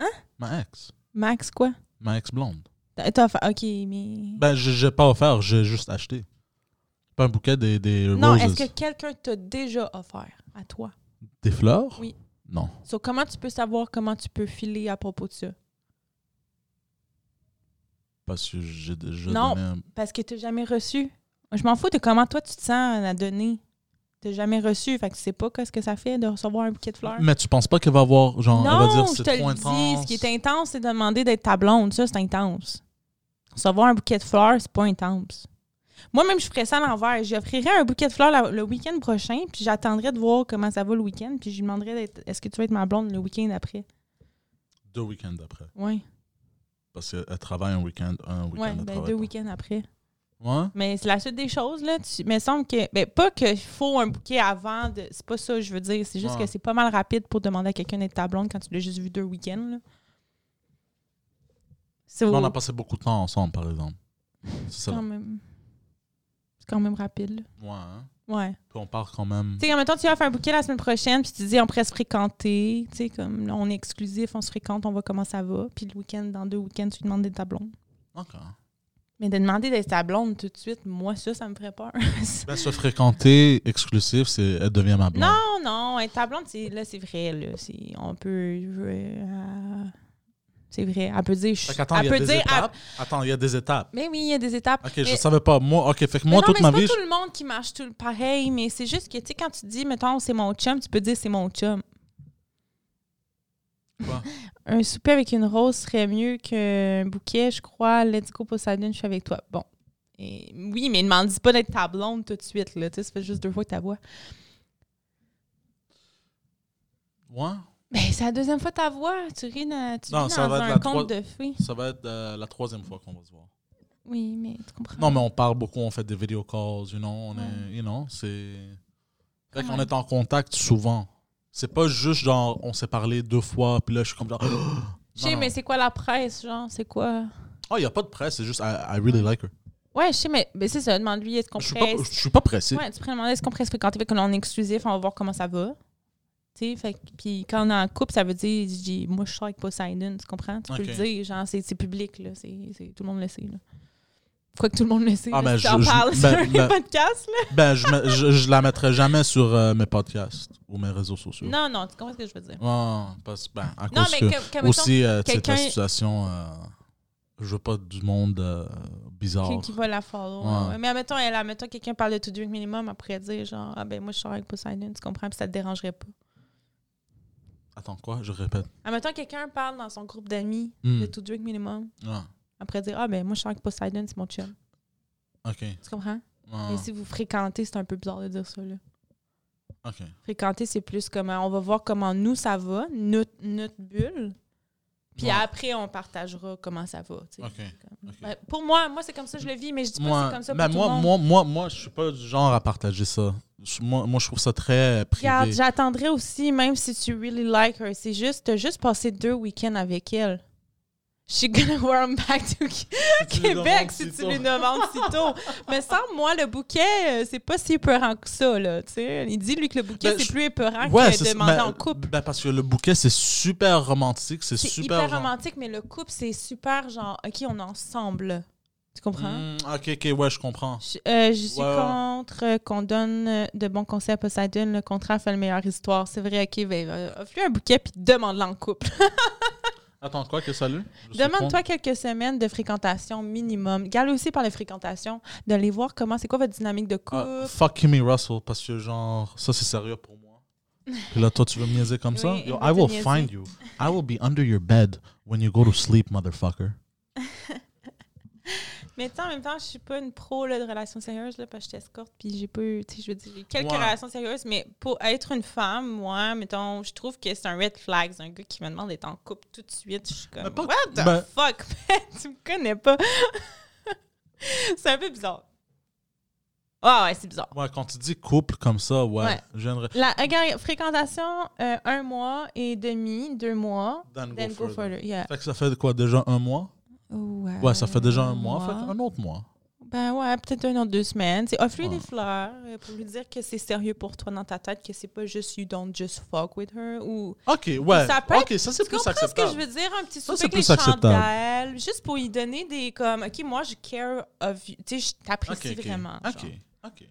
Speaker 2: Hein?
Speaker 1: Ma ex.
Speaker 2: Max, quoi?
Speaker 1: Ma ex blonde.
Speaker 2: T'as t'as offert, OK, mais...
Speaker 1: Ben, j'ai j'ai pas offert, j'ai juste acheté. Pas un bouquet des, des
Speaker 2: non,
Speaker 1: roses.
Speaker 2: est-ce que quelqu'un t'a déjà offert à toi?
Speaker 1: Des fleurs?
Speaker 2: Oui.
Speaker 1: Non.
Speaker 2: So, comment tu peux savoir comment tu peux filer à propos de ça?
Speaker 1: Parce que j'ai déjà
Speaker 2: Non.
Speaker 1: donné un-
Speaker 2: Parce que tu n'as jamais reçu. Je m'en fous de comment toi tu te sens à donner. Tu n'as jamais reçu. Fait que tu sais pas ce que ça fait de recevoir un bouquet de fleurs.
Speaker 1: Mais tu penses pas qu'elle va avoir, genre, elle va
Speaker 2: non,
Speaker 1: dire
Speaker 2: je
Speaker 1: c'est
Speaker 2: te
Speaker 1: trop
Speaker 2: le dis.
Speaker 1: intense.
Speaker 2: Ce qui est intense, c'est de demander d'être ta blonde. Ça, c'est intense. Recevoir un bouquet de fleurs, c'est pas intense. Moi-même, je ferais ça à l'envers. J'offrirais un bouquet de fleurs la- le week-end prochain, puis j'attendrais de voir comment ça va le week-end, puis je lui demanderais d'être- est-ce que tu vas être ma blonde le week-end après?
Speaker 1: Deux week-ends après.
Speaker 2: Oui.
Speaker 1: Parce qu'elle travaille un week-end, un week-end.
Speaker 2: Ouais,
Speaker 1: elle
Speaker 2: ben,
Speaker 1: travaille
Speaker 2: deux
Speaker 1: pas.
Speaker 2: weeks-ends après.
Speaker 1: Ouais?
Speaker 2: Mais c'est la suite des choses, là. Tu, mais il semble que. Ben, pas qu'il faut un bouquet avant. De, c'est pas ça, que je veux dire. C'est juste
Speaker 1: Ouais.
Speaker 2: que c'est pas mal rapide pour demander à quelqu'un d'être ta blonde quand tu l'as juste vu deux week-ends, là. C'est
Speaker 1: Non, on a passé beaucoup de temps ensemble, par exemple. C'est ça.
Speaker 2: quand même. C'est quand même rapide,
Speaker 1: Ouais, hein?
Speaker 2: là. Ouais.
Speaker 1: Puis on part quand même.
Speaker 2: Tu sais, en même temps, tu vas faire un bouquet la semaine prochaine, puis tu dis, on pourrait se fréquenter. Tu sais, comme là, on est exclusif, on se fréquente, on voit comment ça va. Puis le week-end, dans deux week-ends, tu lui demandes d'être ta blonde.
Speaker 1: OK.
Speaker 2: Mais de demander d'être ta blonde tout de suite, moi, ça, ça me ferait peur.
Speaker 1: Ben, se fréquenter exclusif, c'est elle devient ma blonde.
Speaker 2: Non, non, être ta blonde, c'est, là, c'est vrai. Là, c'est, on peut. jouer à- c'est vrai. Elle peut dire. Je,
Speaker 1: Fait qu'attends, il
Speaker 2: elle
Speaker 1: y a
Speaker 2: peut
Speaker 1: des
Speaker 2: dire. elle-
Speaker 1: étapes. Attends, il y a des étapes.
Speaker 2: mais oui, il y a des étapes.
Speaker 1: OK, je
Speaker 2: Mais-
Speaker 1: savais pas. Moi, OK, fait que
Speaker 2: mais
Speaker 1: moi,
Speaker 2: non,
Speaker 1: toute
Speaker 2: mais
Speaker 1: ma
Speaker 2: c'est
Speaker 1: vie,
Speaker 2: pas tout le monde qui marche tout le pareil, mais c'est juste que, tu sais, quand tu dis, mettons, c'est mon chum, tu peux dire c'est mon chum.
Speaker 1: Quoi?
Speaker 2: Un souper avec une rose serait mieux qu'un bouquet, je crois. Let's go Poseidon, je suis avec toi. Bon. Et oui, mais ne m'en dis pas d'être ta blonde tout de suite, là. Tu sais, ça fait juste deux fois que ta voix.
Speaker 1: je- Ouais.
Speaker 2: Ben, c'est la deuxième fois ta voix. Tu ris dans, tu
Speaker 1: Non,
Speaker 2: ris
Speaker 1: ça
Speaker 2: dans
Speaker 1: va être
Speaker 2: un
Speaker 1: la
Speaker 2: conte
Speaker 1: troi-
Speaker 2: de fées.
Speaker 1: Ça va être euh, la troisième fois qu'on va se voir.
Speaker 2: Oui, mais tu comprends.
Speaker 1: Non, mais on parle beaucoup, on fait des video calls, you know, on est, you know, c'est... Fait
Speaker 2: Comment?
Speaker 1: qu'on est en contact souvent. C'est pas juste genre, on s'est parlé deux fois, puis là, je suis comme genre...
Speaker 2: Je sais,
Speaker 1: Non, non.
Speaker 2: mais c'est quoi la presse, genre? C'est quoi?
Speaker 1: Oh, il n'y a pas de presse, c'est juste, I, I really like her.
Speaker 2: Ouais, je sais, mais ben, c'est ça. Demande-lui, est-ce qu'on
Speaker 1: Je suis pas,
Speaker 2: presse?
Speaker 1: je suis pas pressé.
Speaker 2: Ouais, tu pourrais demander est-ce qu'on pourrait se fréquenter avec un exclusif, on va voir comment ça va. Tu sais, fait que- puis quand on est en couple, ça veut dire, je dis, moi je sors avec Poseidon, tu comprends? Tu peux
Speaker 1: Ok.
Speaker 2: le dire, genre, c'est c'est public, là, c'est c'est- tout le monde le sait, là. Quoi que tout le monde le sait,
Speaker 1: Ah,
Speaker 2: là,
Speaker 1: ben,
Speaker 2: si t'en
Speaker 1: je- je-
Speaker 2: parles
Speaker 1: ben,
Speaker 2: sur les
Speaker 1: ben-
Speaker 2: podcasts, là.
Speaker 1: Ben, je, me- je, je la mettrai jamais sur euh, mes podcasts ou mes réseaux sociaux.
Speaker 2: Non, non, tu comprends ce que je veux dire.
Speaker 1: Ah, parce ben, à
Speaker 2: Non,
Speaker 1: cause
Speaker 2: mais
Speaker 1: que...
Speaker 2: comme, comme mettons,
Speaker 1: aussi, euh, tu sais,
Speaker 2: quelqu'un-
Speaker 1: la situation... euh, je veux pas du monde euh, bizarre.
Speaker 2: qui, qui va la follow.
Speaker 1: Ouais.
Speaker 2: ouais. Mais admettons, elle, admettons, quelqu'un parle de tout drink minimum, après dire, genre, ah ben moi je sors avec Poseidon, tu comprends, puis ça te dérangerait pas.
Speaker 1: Attends, quoi? Je répète.
Speaker 2: Admettons, quelqu'un parle dans son groupe d'amis
Speaker 1: Hmm.
Speaker 2: de tout drink minimum,
Speaker 1: Ah,
Speaker 2: après dire, ah ben moi je sors avec Poseidon, c'est mon chum.
Speaker 1: OK.
Speaker 2: Tu comprends?
Speaker 1: Ah,
Speaker 2: Mais si vous fréquentez, c'est un peu bizarre de dire ça. Là.
Speaker 1: OK.
Speaker 2: Fréquenter, c'est plus comme euh, on va voir comment nous ça va, notre, notre bulle. Puis
Speaker 1: Ouais.
Speaker 2: après, on partagera comment ça va. tu sais.
Speaker 1: OK.
Speaker 2: Comme-
Speaker 1: ok.
Speaker 2: Ben, pour moi, moi c'est comme ça que je le vis, mais je dis pas que
Speaker 1: Moi,
Speaker 2: c'est comme ça pour
Speaker 1: ben,
Speaker 2: tout
Speaker 1: moi,
Speaker 2: le monde.
Speaker 1: moi, moi, moi, je suis pas du genre à partager ça. Je- moi, moi, je trouve ça très euh, privé.
Speaker 2: Regarde, j'attendrai aussi, même si tu really like her. C'est juste, t'as juste passé deux week-ends avec elle. She's gonna warm back to
Speaker 1: Si tu lui demandes
Speaker 2: Québec si tu
Speaker 1: tôt.
Speaker 2: lui demandes si tôt. Mais sans moi, le bouquet, euh, c'est pas si épeurant que ça, là. tu sais. Il dit, lui, que le bouquet,
Speaker 1: Ben,
Speaker 2: c'est
Speaker 1: je-
Speaker 2: plus épeurant
Speaker 1: Ouais,
Speaker 2: que
Speaker 1: c'est-
Speaker 2: demander
Speaker 1: ben,
Speaker 2: en couple.
Speaker 1: ben, parce que le bouquet, c'est super romantique. C'est
Speaker 2: C'est
Speaker 1: super.
Speaker 2: hyper
Speaker 1: genre-
Speaker 2: romantique, mais le couple, c'est super genre, OK, on est ensemble. Tu comprends?
Speaker 1: Mm, ok, ok, ouais, je comprends.
Speaker 2: Je, euh, je suis
Speaker 1: Ouais, ouais.
Speaker 2: contre euh, qu'on donne euh, de bons conseils à Poseidon. Le contrat fait la meilleure histoire. C'est vrai, OK, ben, euh, offre-lui un bouquet puis demande-le en couple.
Speaker 1: Attends, quoi, que salut?
Speaker 2: Demande-toi quelques semaines de fréquentation minimum. Garde aussi par les fréquentations, d'aller voir comment, c'est quoi votre dynamique de
Speaker 1: Ah,
Speaker 2: couple.
Speaker 1: fuck Kimmy Russell, parce que genre, ça, c'est sérieux pour moi. Puis là, toi, tu veux me niaiser comme ça?
Speaker 2: Oui,
Speaker 1: Yo,
Speaker 2: il va
Speaker 1: I
Speaker 2: te
Speaker 1: will
Speaker 2: niaiser.
Speaker 1: find you. I will be under your bed when you go to sleep, motherfucker.
Speaker 2: Mais tu sais, en même temps, je suis pas une pro là, de relations sérieuses, là, parce que je t'escorte, puis j'ai pas eu, tu sais, je veux dire, j'ai quelques
Speaker 1: Ouais.
Speaker 2: relations sérieuses, mais pour être une femme, moi, mettons, je trouve que c'est un red flag. C'est un gars qui me demande d'être en couple tout de suite. Je suis
Speaker 1: Mais
Speaker 2: comme,
Speaker 1: pas-
Speaker 2: what the
Speaker 1: ben-
Speaker 2: fuck, man? tu me connais pas. c'est un peu bizarre. Ah ouais, c'est bizarre.
Speaker 1: Ouais, quand tu dis couple comme ça, ouais,
Speaker 2: Ouais.
Speaker 1: j'aimerais.
Speaker 2: La regarde, fréquentation, euh, un mois et demi, deux mois,
Speaker 1: Then
Speaker 2: then go, further. Yeah.
Speaker 1: Fait que ça fait quoi, déjà un mois? Ouais, ça fait déjà un mois, fait un autre mois.
Speaker 2: Ben ouais, peut-être un autre deux semaines. C'est offre-lui
Speaker 1: Ouais.
Speaker 2: des fleurs euh, pour lui dire que c'est sérieux pour toi dans ta tête, que c'est pas juste you don't just fuck with her ou.
Speaker 1: Ok, ouais.
Speaker 2: Ça peut être-
Speaker 1: ok, ça c'est
Speaker 2: tu
Speaker 1: plus
Speaker 2: comprends
Speaker 1: acceptable.
Speaker 2: ce que je veux dire? Un petit
Speaker 1: Ça,
Speaker 2: souper
Speaker 1: c'est
Speaker 2: avec
Speaker 1: plus
Speaker 2: les
Speaker 1: acceptable.
Speaker 2: chandelles, juste pour lui donner des comme, OK, moi, je care of you. Tu sais, je t'apprécie
Speaker 1: Ok, ok.
Speaker 2: vraiment.
Speaker 1: Ok,
Speaker 2: genre.
Speaker 1: ok.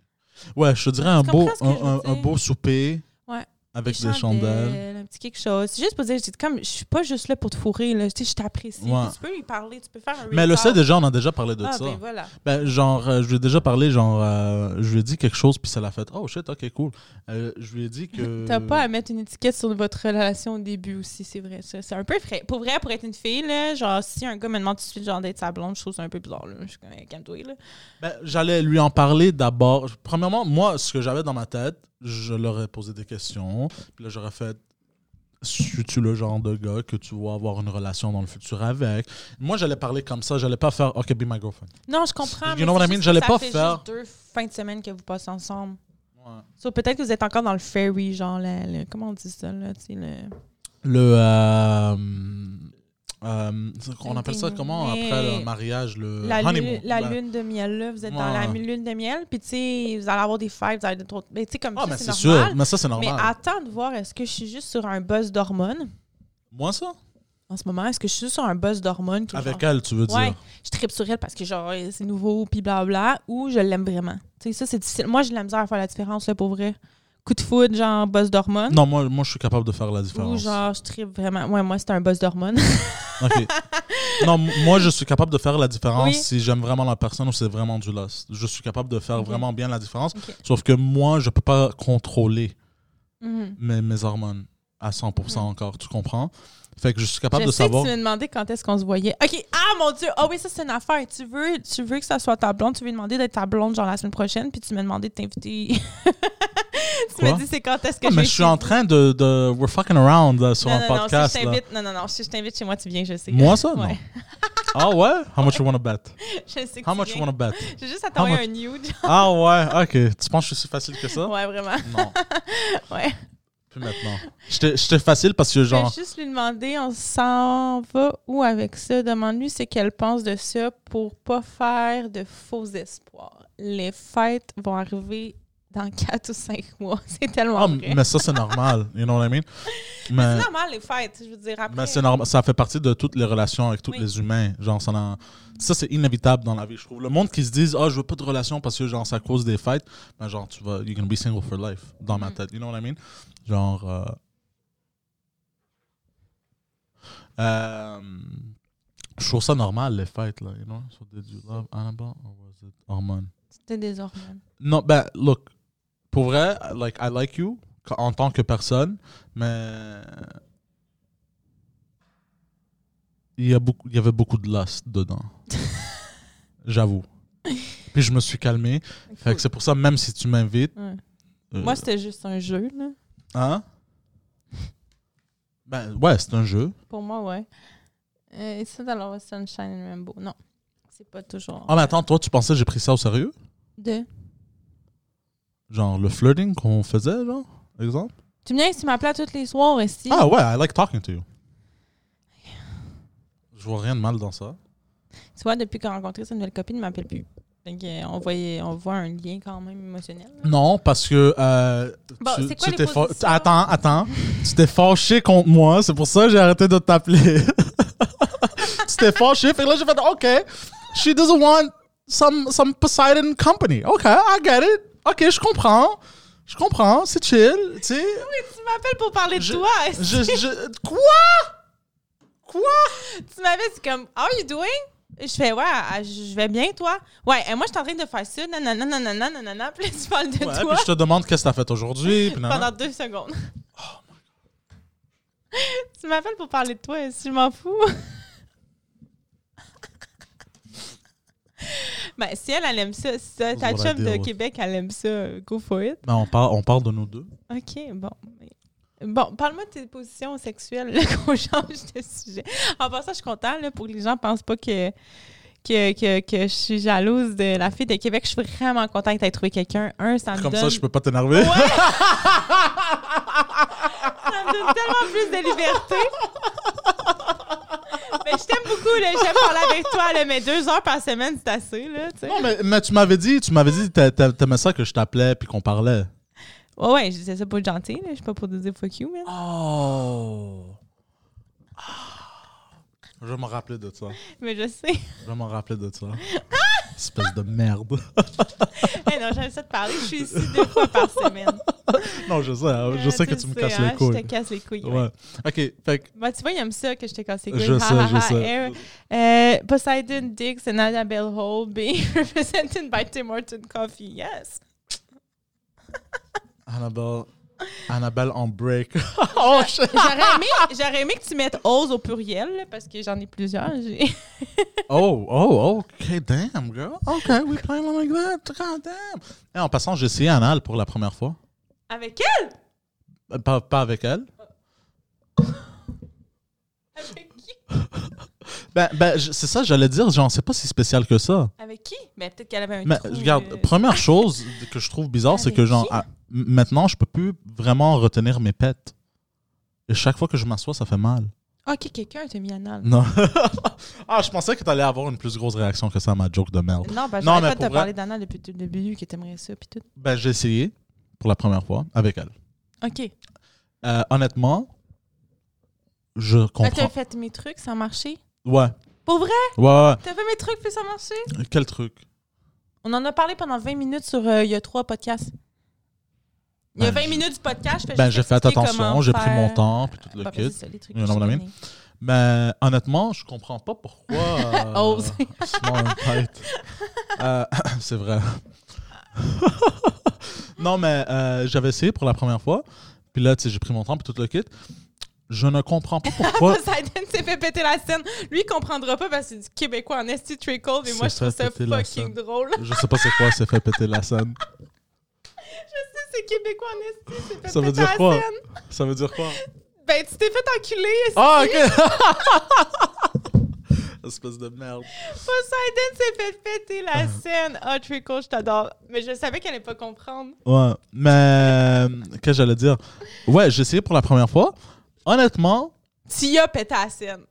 Speaker 1: Ouais, je te dirais un
Speaker 2: Tu
Speaker 1: beau,
Speaker 2: comprends ce que
Speaker 1: un,
Speaker 2: je veux
Speaker 1: un- un
Speaker 2: dire?
Speaker 1: beau souper.
Speaker 2: Ouais.
Speaker 1: Avec des chandelles.
Speaker 2: un petit quelque chose. C'est juste pour dire, c'est comme, je suis pas juste là pour te fourrer, là. Tu sais, je t'apprécie.
Speaker 1: Ouais.
Speaker 2: Tu peux lui parler, tu peux faire un
Speaker 1: Mais elle le sait
Speaker 2: reach-out.
Speaker 1: déjà, on a déjà parlé de
Speaker 2: Ah,
Speaker 1: ça.
Speaker 2: ben voilà.
Speaker 1: Ben, genre, euh, je lui ai déjà parlé, genre, euh, je lui ai dit quelque chose, puis ça l'a fait. Oh shit, ok, cool. Euh, je lui ai dit que.
Speaker 2: T'as pas à mettre une étiquette sur votre relation au début aussi, c'est vrai. ça. C'est un peu frais. Pour vrai, pour être une fille, là, genre, si un gars me demande tout de suite genre, d'être sa blonde, je trouve ça un peu bizarre. Là. Je suis comme, calme-toi. là.
Speaker 1: Ben, J'allais lui en parler d'abord. Premièrement, moi, ce que j'avais dans ma tête, je leur ai posé des questions. Puis là, j'aurais fait Suis-tu le genre de gars que tu vas avoir une relation dans le futur avec Moi, j'allais parler comme ça. J'allais pas faire Ok, be my girlfriend.
Speaker 2: Non, je comprends.
Speaker 1: You
Speaker 2: mais
Speaker 1: know what
Speaker 2: c'est
Speaker 1: I mean?
Speaker 2: juste que
Speaker 1: J'allais
Speaker 2: ça
Speaker 1: pas
Speaker 2: fait
Speaker 1: faire-
Speaker 2: juste deux fins de semaine que vous passez ensemble. So, peut-être que vous êtes encore dans le fairy, genre, le, le- comment on dit ça, là, tu sais, le...
Speaker 1: Le. euh, euh, on appelle ça comment
Speaker 2: Mais-
Speaker 1: après le mariage Le
Speaker 2: la,
Speaker 1: honeymoon.
Speaker 2: lune, la
Speaker 1: Ben,
Speaker 2: lune de miel, là, vous êtes dans la
Speaker 1: Ouais.
Speaker 2: lune de miel, puis tu sais, vous allez avoir des fêtes, vous allez être trop... Mais tu sais, comme
Speaker 1: Ah,
Speaker 2: ça,
Speaker 1: mais c'est
Speaker 2: c'est
Speaker 1: sûr.
Speaker 2: normal.
Speaker 1: Mais ça, c'est
Speaker 2: Mais
Speaker 1: normal.
Speaker 2: attends de voir, est-ce que je suis juste sur un buzz d'hormones
Speaker 1: Moi, ça
Speaker 2: en ce moment? Est-ce que je suis juste sur un buzz d'hormones? qui est
Speaker 1: Avec
Speaker 2: genre-
Speaker 1: elle, tu veux
Speaker 2: Ouais,
Speaker 1: dire
Speaker 2: je tripe sur elle parce que genre euh, c'est nouveau puis blablabla ou je l'aime vraiment. Tu sais ça c'est difficile. Moi j'ai de la misère à faire la différence là pour vrai. Coup de foudre genre boss d'hormones
Speaker 1: Non, moi, moi, je suis capable de faire la différence.
Speaker 2: ou genre je tripe vraiment. Ouais, moi c'est un boss d'hormones.
Speaker 1: OK. non, m- moi, je suis capable de faire la différence
Speaker 2: Oui.
Speaker 1: si j'aime vraiment la personne ou c'est vraiment du lust. Je suis capable de faire
Speaker 2: Ok.
Speaker 1: vraiment bien la différence.
Speaker 2: Ok.
Speaker 1: Sauf que moi, je peux pas contrôler
Speaker 2: Mhm.
Speaker 1: mes, mes hormones à 100% encore. Tu comprends? Fait que je suis capable
Speaker 2: Hmm. Je
Speaker 1: de
Speaker 2: sais que
Speaker 1: savoir.
Speaker 2: tu me demandais quand est-ce qu'on se voyait. OK, ah mon dieu. Ah oui, ça c'est une affaire. Tu veux tu veux que ça soit ta blonde, tu veux lui demander d'être ta blonde genre la semaine prochaine puis tu m'as demandé de t'inviter. tu
Speaker 1: Quoi?
Speaker 2: me dis c'est quand est-ce que
Speaker 1: Ah,
Speaker 2: je
Speaker 1: mais
Speaker 2: vais
Speaker 1: je suis en train de. de- we're fucking around euh, sur
Speaker 2: non,
Speaker 1: un
Speaker 2: non,
Speaker 1: podcast.
Speaker 2: non, si je
Speaker 1: là.
Speaker 2: t'invite, non, non, non, si je t'invite chez moi, tu viens, je sais.
Speaker 1: Moi, ça? Non.
Speaker 2: Ouais.
Speaker 1: Ah ouais? How much you wanna bet?
Speaker 2: je sais que
Speaker 1: How
Speaker 2: tu
Speaker 1: much you
Speaker 2: viens.
Speaker 1: wanna bet?
Speaker 2: J'ai juste à t'envoyer
Speaker 1: much-
Speaker 2: un nude.
Speaker 1: Ah ouais? OK. Tu penses que je suis si facile que ça?
Speaker 2: Ouais, vraiment.
Speaker 1: Non.
Speaker 2: Ouais.
Speaker 1: Plus maintenant. J'étais j'étais facile parce que genre.
Speaker 2: Je vais juste lui demander, on s'en va où avec ça? Demande-lui ce qu'elle pense de ça pour pas faire de faux espoirs. Les fêtes vont arriver dans 4 ou 5 mois. C'est tellement
Speaker 1: Ah,
Speaker 2: vrai.
Speaker 1: mais ça, c'est normal. You know what I mean?
Speaker 2: C'est
Speaker 1: Mais,
Speaker 2: normal, les fêtes, je veux dire. Après,
Speaker 1: mais c'est normal. Ça fait partie de toutes les relations avec tous
Speaker 2: Oui.
Speaker 1: les humains. Genre, ça, n'en- ça, c'est inévitable dans la vie, je trouve. Le monde qui se disent, ah, je veux pas de relation parce que, genre, ça cause des fêtes. Ben, genre, tu vas, you're gonna be single for life, dans ma
Speaker 2: Mm.
Speaker 1: tête. You know what I mean? Genre. euh, euh, je trouve ça normal, les fêtes, là. You know? So, did you love Annabelle or was it hormone?
Speaker 2: C'était des hormones.
Speaker 1: Non, ben, look, pour vrai, like, I like you ca- en tant que personne, mais il y, a beaucoup, il y avait beaucoup de lust dedans. J'avoue. Puis je me suis calmé. Fait que c'est pour ça, même si tu m'invites.
Speaker 2: Ouais.
Speaker 1: euh,
Speaker 2: Moi, c'était juste un jeu, là.
Speaker 1: hein? Ben, ouais, c'est un jeu.
Speaker 2: Pour moi, ouais. Euh, it's not always sunshine and rainbow. Non. C'est pas toujours.
Speaker 1: Ah, mais attends, toi, tu pensais que j'ai pris ça au sérieux?
Speaker 2: Deux.
Speaker 1: Genre le flirting qu'on faisait, genre, exemple?
Speaker 2: Tu me dis que tu m'appelais à tous les soirs ici.
Speaker 1: Ah, ouais, I like talking to you. Je vois rien de mal dans ça.
Speaker 2: Tu vois, depuis qu'on a rencontré sa nouvelle copine, il m'appelle plus. Fait que, euh, on, voyait, on voit un lien quand même émotionnel. là.
Speaker 1: Non, parce que. euh,
Speaker 2: Bon,
Speaker 1: tu-
Speaker 2: c'est quoi
Speaker 1: tu
Speaker 2: les
Speaker 1: t'es fa-
Speaker 2: positions?
Speaker 1: Attends, attends. tu t'es fâché contre moi, c'est pour ça que j'ai arrêté de t'appeler. tu t'es fâché, fait que là j'ai fait OK, she doesn't want some, some Poseidon company. OK, I get it. OK, je comprends. Je comprends, c'est chill, tu sais.
Speaker 2: Oui, tu m'appelles pour parler de
Speaker 1: Je-
Speaker 2: toi. est-ce
Speaker 1: Je, je- quoi? Quoi?
Speaker 2: que Tu m'appelles, c'est comme, How are you doing? Je fais, ouais, ah, je vais bien, toi. Ouais, et moi, je suis en train de faire ça. Nanana, nanana, nanana. Puis là, tu parles de
Speaker 1: Ouais,
Speaker 2: toi
Speaker 1: puis je te demande qu'est-ce que t'as fait aujourd'hui. puis nanana.
Speaker 2: pendant deux secondes. Oh tu m'appelles pour parler de toi. est-ce que Je m'en fous. ben, si elle, elle aime ça, si ta ta
Speaker 1: That's what I
Speaker 2: chum
Speaker 1: deal
Speaker 2: de
Speaker 1: with.
Speaker 2: Québec, elle aime ça, go for it.
Speaker 1: Ben, on, parle, on parle de nous deux.
Speaker 2: OK, bon. Bon, parle-moi de tes positions sexuelles, là, qu'on change de sujet. En passant, je suis contente, là, pour que les gens pensent pas que, que, que, que je suis jalouse de la fille de Québec. Je suis vraiment contente que tu trouvé quelqu'un. Un, ça me
Speaker 1: Comme
Speaker 2: donne...
Speaker 1: ça, je peux pas t'énerver.
Speaker 2: Ça me donne tellement plus de liberté. mais je t'aime beaucoup, là. J'aime parler avec toi, là, mais deux heures par semaine, c'est assez, là, tu sais.
Speaker 1: Non, mais, mais tu m'avais dit, tu m'avais dit, t'a- t'a- t'aimais ça que je t'appelais puis qu'on parlait.
Speaker 2: Ouais, ouais, je disais ça pour être gentil, là. Je suis pas pour te dire fuck you, man.
Speaker 1: Oh. Je vais me rappeler de ça.
Speaker 2: Mais je sais.
Speaker 1: Je vais me rappeler de ça. Espèce de merde.
Speaker 2: Eh non, j'aime ça te parler. Je suis ici deux fois par semaine.
Speaker 1: Non, je sais, hein. je sais que tu me casses les
Speaker 2: hein, Je
Speaker 1: couilles.
Speaker 2: te casse les couilles. ouais.
Speaker 1: Ouais. Ok, fait que
Speaker 2: Bah, tu vois, il aime ça que je te casse les couilles.
Speaker 1: Je
Speaker 2: Ha,
Speaker 1: sais,
Speaker 2: ha,
Speaker 1: je
Speaker 2: ha.
Speaker 1: sais.
Speaker 2: Air- Euh, Poseidon Dix and Annabelle Hall being represented by Tim Horton Coffee. Yes.
Speaker 1: Annabelle, Annabelle en break. oh shit!
Speaker 2: J'aurais aimé, j'aurais aimé que tu mettes O's au pluriel là, parce que j'en ai plusieurs. J'ai-
Speaker 1: Oh, oh, ok, damn, girl. Ok, we playing like that. God damn. Et en passant, j'ai essayé anal pour la première fois.
Speaker 2: Avec elle?
Speaker 1: Euh, Pas, pas avec elle.
Speaker 2: Avec qui?
Speaker 1: Ben, ben je- c'est ça, j'allais dire, genre, c'est pas si spécial que ça.
Speaker 2: Avec qui? Mais peut-être qu'elle avait un
Speaker 1: Mais
Speaker 2: trou,
Speaker 1: regarde,
Speaker 2: euh,
Speaker 1: première chose que je trouve bizarre, c'est que
Speaker 2: Avec
Speaker 1: genre
Speaker 2: qui?
Speaker 1: à- m- maintenant, je peux plus vraiment retenir mes pets. Et chaque fois que je m'assois, ça fait mal.
Speaker 2: Ah, Ok, quelqu'un t'a mis anal.
Speaker 1: Non. ah, je pensais que t'allais avoir une plus grosse réaction que ça à ma joke de merde.
Speaker 2: Non, ben,
Speaker 1: Non,
Speaker 2: j'arrête
Speaker 1: mais
Speaker 2: pas de te
Speaker 1: pour vrai-
Speaker 2: parler d'anal depuis tout le début, que t'aimerais ça, puis tout.
Speaker 1: Ben, j'ai essayé pour la première fois avec elle.
Speaker 2: Ok.
Speaker 1: Euh, honnêtement, je
Speaker 2: Ah, T'as
Speaker 1: comprends.
Speaker 2: fait mes trucs sans marcher?
Speaker 1: Ouais.
Speaker 2: Pour vrai?
Speaker 1: Ouais, ouais.
Speaker 2: T'as fait mes trucs puis ça marcher?
Speaker 1: ouais. Quel truc?
Speaker 2: On en a parlé pendant 20 minutes sur euh, il y a trois podcasts. Il y a
Speaker 1: Ben,
Speaker 2: 20
Speaker 1: je-
Speaker 2: minutes du podcast, je fais
Speaker 1: Ben,
Speaker 2: juste
Speaker 1: j'ai fait
Speaker 2: expliquer
Speaker 1: attention,
Speaker 2: comment
Speaker 1: j'ai pris
Speaker 2: faire.
Speaker 1: mon temps, puis tout le
Speaker 2: Bah, ben,
Speaker 1: kit.
Speaker 2: c'est ça, les trucs
Speaker 1: You
Speaker 2: que
Speaker 1: know
Speaker 2: je
Speaker 1: what I
Speaker 2: t'ai
Speaker 1: mean? Mais Ben, honnêtement, je comprends pas pourquoi. euh,
Speaker 2: Oh,
Speaker 1: small and tight. Euh, c'est vrai. non, mais euh, j'avais essayé pour la première fois. Puis là, tu sais, j'ai pris mon temps, puis tout le kit. Je ne comprends pas pourquoi.
Speaker 2: donnés. Poseidon s'est fait péter la scène. Lui, il comprendra pas parce que c'est du Québécois en esti trickle, mais moi, je
Speaker 1: S'est
Speaker 2: trouve
Speaker 1: fait
Speaker 2: ça
Speaker 1: péter la
Speaker 2: fucking
Speaker 1: scène.
Speaker 2: drôle.
Speaker 1: je sais pas c'est quoi, c'est fait péter la scène.
Speaker 2: c'est Québécois en esti, c'est fait
Speaker 1: Ça veut
Speaker 2: péter
Speaker 1: dire
Speaker 2: la
Speaker 1: quoi?
Speaker 2: scène.
Speaker 1: Ça veut dire quoi?
Speaker 2: Ben, tu t'es fait enculer, esti.
Speaker 1: Ah, ok! Espèce de merde.
Speaker 2: Poseidon s'est fait péter la scène. Ah, trickle, je t'adore. Mais je savais qu'elle allait pas comprendre.
Speaker 1: Ouais, mais. euh, Qu'est-ce que j'allais dire? Ouais, j'ai essayé pour la première fois. Honnêtement,
Speaker 2: Tia pété la scène.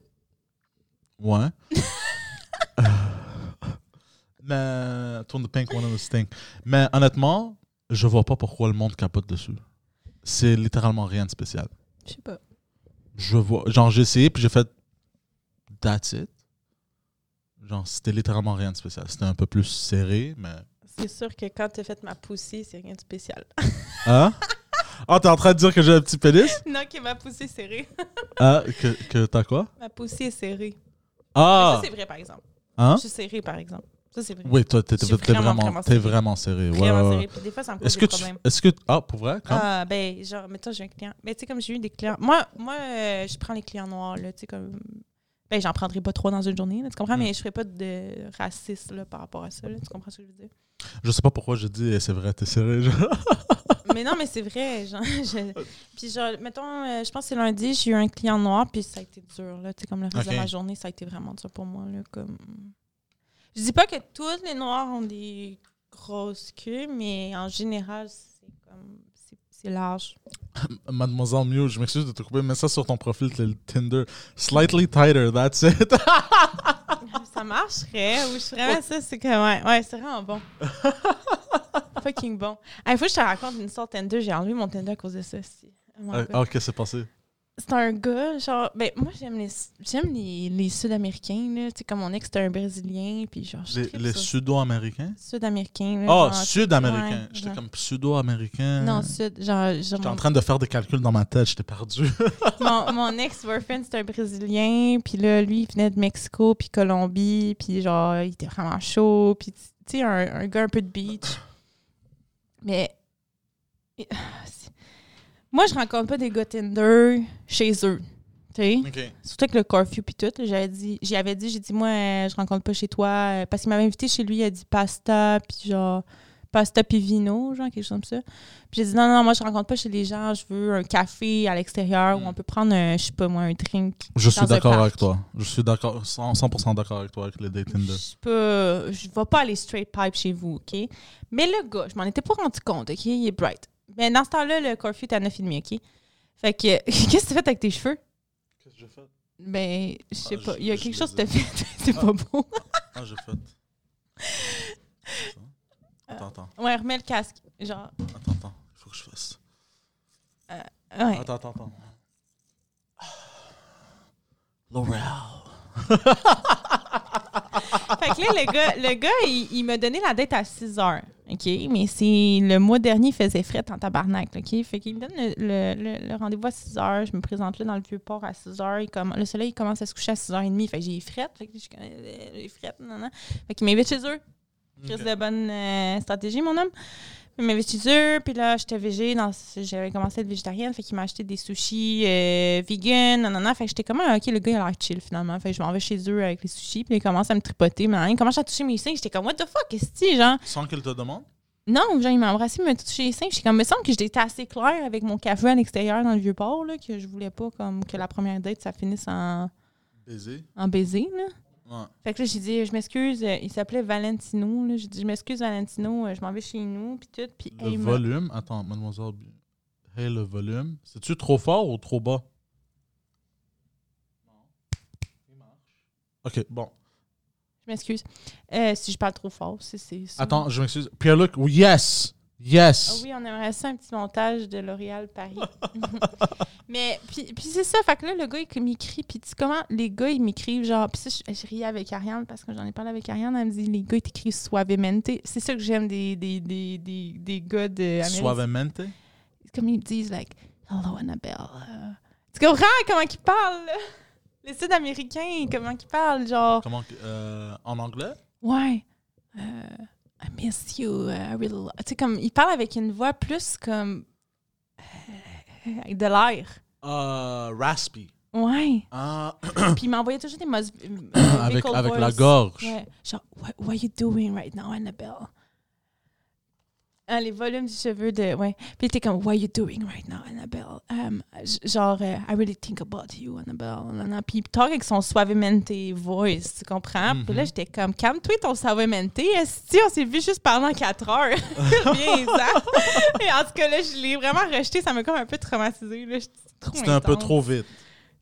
Speaker 1: Ouais. Mais tourne the pink one on the stink. Mais honnêtement, je vois pas pourquoi le monde capote dessus. C'est littéralement rien de spécial.
Speaker 2: Je sais pas.
Speaker 1: Je vois, genre j'ai essayé puis j'ai fait that's it. Genre c'était littéralement rien de spécial. C'était un peu plus serré, mais
Speaker 2: C'est sûr que quand t'as fait ma poussée, c'est rien de spécial.
Speaker 1: hein? Ah, t'es en train de dire que j'ai un petit pénis?
Speaker 2: non, que ma poussée est serrée.
Speaker 1: Ah, que, que t'as quoi?
Speaker 2: Ma poussée est serrée.
Speaker 1: Ah!
Speaker 2: Ça, c'est vrai, par exemple.
Speaker 1: Hein?
Speaker 2: Je suis serrée, par exemple. Ça, c'est vrai.
Speaker 1: Oui, toi, t'es
Speaker 2: Je
Speaker 1: t'es
Speaker 2: suis
Speaker 1: vraiment,
Speaker 2: vraiment,
Speaker 1: vraiment,
Speaker 2: vraiment
Speaker 1: t'es
Speaker 2: serré.
Speaker 1: vraiment serré. Ouais,
Speaker 2: Vraiment
Speaker 1: ouais, ouais.
Speaker 2: serrée. Puis des fois, ça me cause
Speaker 1: Est-ce
Speaker 2: des
Speaker 1: que tu.
Speaker 2: problèmes.
Speaker 1: Est-ce que. Ah, pour vrai? Comme?
Speaker 2: Ah, ben, genre, mettons, j'ai un client. Mais tu sais, comme j'ai eu des clients. Moi, moi euh, je prends les clients noirs, là, tu sais, comme. Ben, j'en prendrai pas trois dans une journée, là, tu comprends?
Speaker 1: Mm.
Speaker 2: Mais je ferai pas de raciste, là, par rapport à ça, là, tu comprends ce que je veux dire?
Speaker 1: Je sais pas pourquoi je dis eh, c'est vrai, t'es serré.
Speaker 2: mais non, mais c'est vrai. Genre, je- Puis, genre, mettons, euh, je pense que c'est lundi, j'ai eu un client noir, puis ça a été dur. Là, Tu sais, comme le reste
Speaker 1: Ok.
Speaker 2: de ma journée, ça a été vraiment dur pour moi. Là, comme... Je dis pas que tous les noirs ont des grosses queues, mais en général, c'est comme. c'est- C'est large.
Speaker 1: Mademoiselle Mew, je m'excuse de te couper, mets ça sur ton profil t- Tinder. Slightly tighter, that's it.
Speaker 2: ça marcherait. Ou je ferais ça, c'est comme. Ouais, ouais c'est vraiment bon. Fucking bon. Ah, Il faut que je te raconte une sorte Tinder. J'ai enlevé mon Tinder à cause de ça. si. Oh my God.
Speaker 1: Ah, ok, c'est passé.
Speaker 2: c'est un gars, genre, ben moi j'aime les j'aime les, les Sud-Américains, là. Tu sais, comme mon ex c'était un Brésilien, puis genre, je
Speaker 1: Les,
Speaker 2: tripe
Speaker 1: les
Speaker 2: sur-
Speaker 1: Sudo-Américains
Speaker 2: Sud-Américains. là,
Speaker 1: Oh,
Speaker 2: genre,
Speaker 1: Sud-Américains.
Speaker 2: ouais,
Speaker 1: J'étais
Speaker 2: genre.
Speaker 1: comme Sudo-Américain.
Speaker 2: Non, Sud, genre, genre,
Speaker 1: J'étais en train de faire des calculs dans ma tête, j'étais perdu.
Speaker 2: mon, mon ex-boyfriend c'était un Brésilien, puis là, lui il venait de Mexico, puis Colombie, puis genre, il était vraiment chaud, puis tu sais, un, un gars un peu de beach. Mais. et- c'est- Moi je rencontre pas des gars Tinder chez eux, tu sais.
Speaker 1: ok.
Speaker 2: Surtout avec le curfew puis tout, là, j'avais dit, j'y avais dit, j'ai dit moi euh, je rencontre pas chez toi euh, parce qu'il m'avait invité chez lui, il a dit pasta puis genre pasta puis vino, genre quelque chose comme ça. Puis j'ai dit non non, moi je rencontre pas chez les gens, je veux un café à l'extérieur
Speaker 1: Mm.
Speaker 2: où on peut prendre un je sais pas moi un drink.
Speaker 1: Je suis
Speaker 2: Dans un
Speaker 1: d'accord
Speaker 2: parc.
Speaker 1: avec toi. Je suis d'accord, 100%, 100% d'accord avec toi avec les dates
Speaker 2: Je
Speaker 1: Tinder.
Speaker 2: suis pas je vais pas aller straight pipe chez vous, OK Mais le gars, je m'en étais pas rendu compte, OK, il est bright. Mais dans ce temps-là le curfew était à 9h30, OK Fait que qu'est-ce que tu fait avec tes cheveux
Speaker 1: Qu'est-ce que j'ai fait
Speaker 2: Ben, je sais
Speaker 1: Ah,
Speaker 2: pas,
Speaker 1: je-
Speaker 2: il y a
Speaker 1: je
Speaker 2: quelque
Speaker 1: les
Speaker 2: chose que
Speaker 1: ai.
Speaker 2: t'as fait, c'est
Speaker 1: Ah.
Speaker 2: pas beau.
Speaker 1: Ah, j'ai fait. Attends, attends,
Speaker 2: Ouais, remets le casque. Genre,
Speaker 1: attends, attends. Il faut que je fasse.
Speaker 2: ouais.
Speaker 1: Attends, attends, attends. L'Oréal.
Speaker 2: Fait que là, le gars, le gars il, il m'a donné la date à 6 heures. OK, mais c'est le mois dernier, il faisait fret en tabarnak. là, OK? Fait qu'il me donne le, le- le- le rendez-vous à 6 h. Je me présente là dans le vieux port à 6 h. le soleil commence à se coucher à 6 h 30. Fait que j'ai fret. Fait que je suis comme, euh, j'ai fret. Non, non. Fait qu'il m'invite chez eux. Chris de bonne euh, stratégie, mon homme. Il m'invite chez eux. Puis là, j'étais végé. dans- J'avais commencé à être végétarienne. Fait qu'il m'a acheté des sushis euh, vegan. Non, non, non. Fait que j'étais comme, ah, OK, le gars, il a l'air chill finalement. Fait que je m'en vais chez eux avec les sushis. Puis là, il commence à me tripoter. Mais il commence à toucher mes seins. J'étais comme, What the fuck, est-ce que, genre?
Speaker 1: Sans qu'il te demande.
Speaker 2: Non, genre, il m'a embrassé, il m'a touché les seins. J'étais comme, me semble que j'étais assez claire avec mon café à l'extérieur dans le vieux port, là, que je voulais pas comme que la première date, ça finisse en,
Speaker 1: Baiser.
Speaker 2: en baiser, là.
Speaker 1: Ouais.
Speaker 2: Fait que là, j'ai dit, je m'excuse, euh, il s'appelait Valentino, là. J'ai dit, je m'excuse, Valentino, euh, je m'en vais chez nous, puis tout, puis
Speaker 1: Le
Speaker 2: hey, il m'a-
Speaker 1: volume. Attends, mademoiselle. Hey, le volume. C'est-tu trop fort ou trop bas? Non. Il marche. OK, bon.
Speaker 2: je m'excuse. Euh, si je parle trop fort, c'est c'est ça.
Speaker 1: Attends, je m'excuse. Pierre-Luc, oui, yes!
Speaker 2: Ah
Speaker 1: Yes!
Speaker 2: oui, on aimerait ça, un petit montage de L'Oréal Paris. Mais, puis, puis c'est ça, fait que là, le gars, il m'écrit, puis tu sais comment les gars, ils m'écrivent, genre, puis ça, je, je riais avec Ariane, parce que j'en ai parlé avec Ariane, elle me dit, les gars, ils t'écrivent suavemente. C'est ça que j'aime des, des, des, des, des gars de Amérique.
Speaker 1: Suavemente.
Speaker 2: Comme ils disent, like, hello Annabelle. Euh, Tu comprends comment ils parlent, là? Les Sud-Américains, comment ils parlent, genre,
Speaker 1: Comment que- euh, En anglais?
Speaker 2: ouais, euh, I miss you, I really love. Tu sais, comme, ils parlent avec une voix plus comme. euh, avec de l'air.
Speaker 1: Euh, raspy.
Speaker 2: Ouais.
Speaker 1: Ah,
Speaker 2: Puis il m'envoyait toujours des mos- euh,
Speaker 1: avec
Speaker 2: vocal
Speaker 1: avec la
Speaker 2: voice.
Speaker 1: gorge.
Speaker 2: Ouais. Genre, what, what you doing right now, Annabelle? Ah, les volumes du cheveu de. Ouais. Puis t'es comme, what you doing right now, Annabelle? Um, j- genre, euh, I really think about you, Annabelle. nanana. Puis il talk avec son suavemente voice, tu comprends? Puis là,
Speaker 1: Mhm.
Speaker 2: j'étais comme, calme-toi ton suavemente. Esti, on s'est vu juste pendant 4 heures. Bien, ça. Et en tout cas, là, je l'ai vraiment rejeté. Ça m'a comme un peu traumatisée. là. C'était trop
Speaker 1: C'était un peu
Speaker 2: intense.
Speaker 1: trop vite.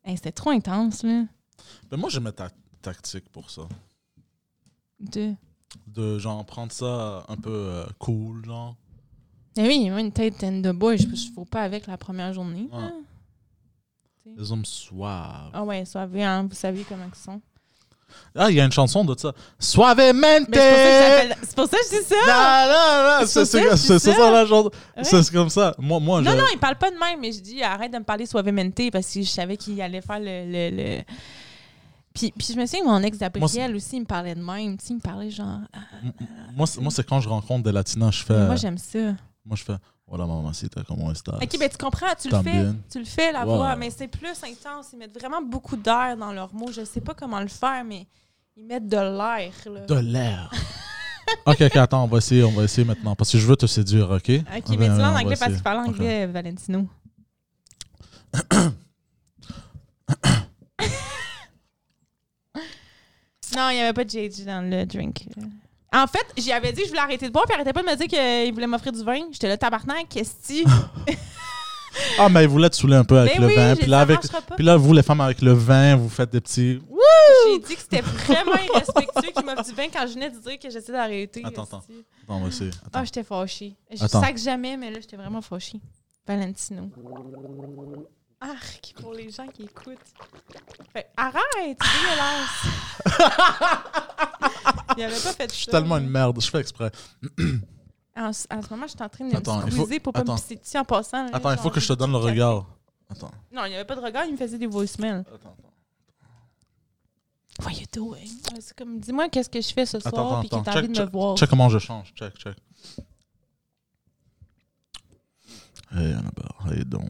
Speaker 2: Hey, C'était trop intense, là.
Speaker 1: Mais Ben, moi, j'aimais ta tactique pour ça.
Speaker 2: De...
Speaker 1: De genre prendre ça un peu euh, cool, genre.
Speaker 2: Mais Eh oui, moi, une tête and de boy, je ne faut pas avec la première journée.
Speaker 1: Ouais.
Speaker 2: là.
Speaker 1: Les hommes suaves.
Speaker 2: Ah ouais, soyez, hein, vous savez comment ils sont.
Speaker 1: Ah, il y a une chanson de ça. Suavemente! Ah!
Speaker 2: Mais c'est pour ça que ça fait- c'est pour ça que je dis ça.
Speaker 1: Non, non, non,
Speaker 2: C'est
Speaker 1: c'est
Speaker 2: ça,
Speaker 1: c'est-
Speaker 2: c'est
Speaker 1: c'est ça,
Speaker 2: ça.
Speaker 1: ça, la chanson.
Speaker 2: Ouais.
Speaker 1: C'est comme ça. Moi, moi
Speaker 2: Non,
Speaker 1: je...
Speaker 2: non, il parle pas de même, mais je dis arrête de me parler suavemente parce que je savais qu'il allait faire le. le, le- Puis, puis je me souviens que mon ex Gabriel aussi, il me parlait de même. Tu sais, il me parlait genre. ah,
Speaker 1: Moi, c'est- moi, c'est quand je rencontre des latinos, je fais.
Speaker 2: mais
Speaker 1: Moi,
Speaker 2: moi, j'aime ça.
Speaker 1: je fais. Voilà, maman, c'est comment est-ce que
Speaker 2: Ok, ben tu comprends, tu le
Speaker 1: tant
Speaker 2: fais.
Speaker 1: bien.
Speaker 2: Tu le fais, la
Speaker 1: Ouais.
Speaker 2: voix, mais c'est plus intense. Ils mettent vraiment beaucoup d'air dans leurs mots. Je sais pas comment le faire, mais ils mettent de l'air. là.
Speaker 1: De l'air. ok, ok, attends, on va essayer, on va essayer maintenant. Parce que je veux te séduire, ok?
Speaker 2: Ok,
Speaker 1: Ah, ben,
Speaker 2: mais dis-le
Speaker 1: on
Speaker 2: en
Speaker 1: va
Speaker 2: anglais parce
Speaker 1: essayer.
Speaker 2: qu'il
Speaker 1: Ok.
Speaker 2: parle anglais, Valentino. non, il n'y avait pas de JG dans le drink. En fait, j'y avais dit que je voulais arrêter de boire, puis il arrêtait pas de me dire qu'il voulait m'offrir du vin. J'étais là, tabarnak, qu'est-ce que
Speaker 1: Ah, mais il voulait te saouler un peu avec
Speaker 2: Ben
Speaker 1: le
Speaker 2: oui,
Speaker 1: vin.
Speaker 2: j'ai
Speaker 1: Puis
Speaker 2: dit,
Speaker 1: là,
Speaker 2: ça
Speaker 1: avec,
Speaker 2: marchera pas.
Speaker 1: puis là, vous, les femmes, avec le vin, vous faites des petits.
Speaker 2: J'ai dit que c'était vraiment irrespectueux qu'il m'offre du vin quand je venais de dire que j'essayais d'arrêter.
Speaker 1: Attends,
Speaker 2: esti.
Speaker 1: attends. Attends, on va essayer. Attends.
Speaker 2: Ah, j'étais fâchée. Je
Speaker 1: Attends.
Speaker 2: sac jamais, mais là, j'étais vraiment fâchée. Valentino. Arc, pour les gens qui écoutent. Fait, arrête, c'est dégueulasse. Il avait pas fait
Speaker 1: je suis tellement une merde, je fais exprès.
Speaker 2: En, en ce moment, je suis en train de
Speaker 1: Attends,
Speaker 2: me
Speaker 1: il faut-
Speaker 2: squeezer pour pas
Speaker 1: attends.
Speaker 2: me pisser dessus en passant. là,
Speaker 1: Attends, il
Speaker 2: genre.
Speaker 1: faut que je te donne le
Speaker 2: café.
Speaker 1: regard. Attends.
Speaker 2: Non, il n'y avait pas de regard, il me faisait des voicemails.
Speaker 1: Attends, attends.
Speaker 2: What you doing? Ouais, C'est comme, dis-moi qu'est-ce que je fais ce
Speaker 1: Attends,
Speaker 2: soir,
Speaker 1: attends,
Speaker 2: puis qu'il
Speaker 1: attends.
Speaker 2: t'a envie
Speaker 1: Check,
Speaker 2: de me voir.
Speaker 1: Check comment je change. Check, check. Hey, Annabelle, how you doing?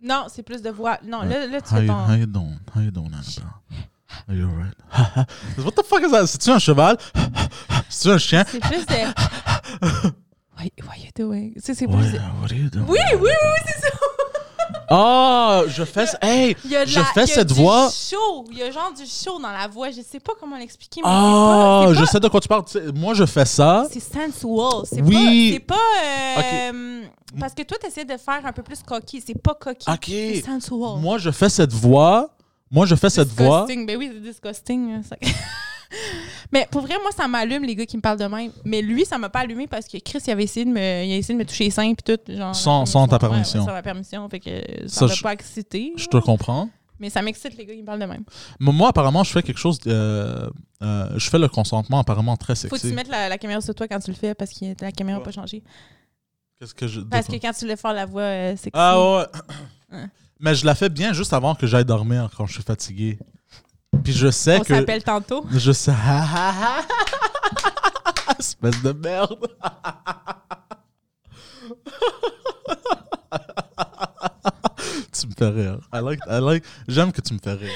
Speaker 2: Non, c'est plus de voix. Non,
Speaker 1: Ouais.
Speaker 2: là, là, tu
Speaker 1: How
Speaker 2: fais
Speaker 1: you, how
Speaker 2: ton...
Speaker 1: you doing? How you doing, Annabelle? Are you alright? What the fuck is that? C'est-tu un cheval? C'est-tu un chien?
Speaker 2: C'est plus de... What, what you doing? Tu sais, c'est
Speaker 1: What,
Speaker 2: plus de...
Speaker 1: what are you doing?
Speaker 2: Oui, oui, oui, oui, c'est ça.
Speaker 1: Oh, je fais... ça- Hey,
Speaker 2: Il y a de
Speaker 1: je
Speaker 2: la- il y
Speaker 1: fais
Speaker 2: a
Speaker 1: cette
Speaker 2: du
Speaker 1: voix...
Speaker 2: Chaud. Il y a genre du chaud dans la voix. Je sais Ah, pas comment l'expliquer. mais
Speaker 1: Oh,
Speaker 2: c'est pas- c'est
Speaker 1: je
Speaker 2: pas-
Speaker 1: sais de quoi tu parles. Tu sais, Moi, je fais ça.
Speaker 2: C'est sensual. C'est
Speaker 1: Oui.
Speaker 2: pas. C'est pas. euh, Parce que toi, t'essayes de faire un peu plus coquille. C'est pas coquille.
Speaker 1: OK.
Speaker 2: C'est sensual.
Speaker 1: Moi, je fais cette voix. Moi, je fais cette voix.
Speaker 2: Disgusting. Ben oui, c'est disgusting. hein, ça. mais pour vrai, moi, ça m'allume, les gars qui me parlent de même. Mais lui, ça m'a pas allumé parce que Chris, il avait essayé de me, il a essayé de me toucher les seins puis tout. Genre,
Speaker 1: Sans-
Speaker 2: la
Speaker 1: sans ta
Speaker 2: Ouais, ouais,
Speaker 1: permission.
Speaker 2: sans ma permission. Fait que
Speaker 1: Ça,
Speaker 2: ça m'a
Speaker 1: je-
Speaker 2: pas excité.
Speaker 1: Je te comprends.
Speaker 2: Mais ça m'excite, les gars, ils me parlent de même.
Speaker 1: Mais Moi, apparemment, je fais quelque chose. de- euh, euh, je fais le consentement apparemment très
Speaker 2: Faut que tu
Speaker 1: sexy.
Speaker 2: mettes la, la caméra sur toi quand tu le fais parce que la caméra n'a pas changé.
Speaker 1: Qu'est-ce que je. de
Speaker 2: Parce
Speaker 1: quoi?
Speaker 2: que quand tu le fais, la voix, euh, sexy.
Speaker 1: Ah ouais.
Speaker 2: Ouais.
Speaker 1: Mais je la fais bien juste avant que j'aille dormir quand je suis fatigué. Puis je sais
Speaker 2: On
Speaker 1: que.
Speaker 2: s'appelle tantôt.
Speaker 1: Je sais. Espèce de merde. tu me fais rire. I like, I like. J'aime que tu me fais rire.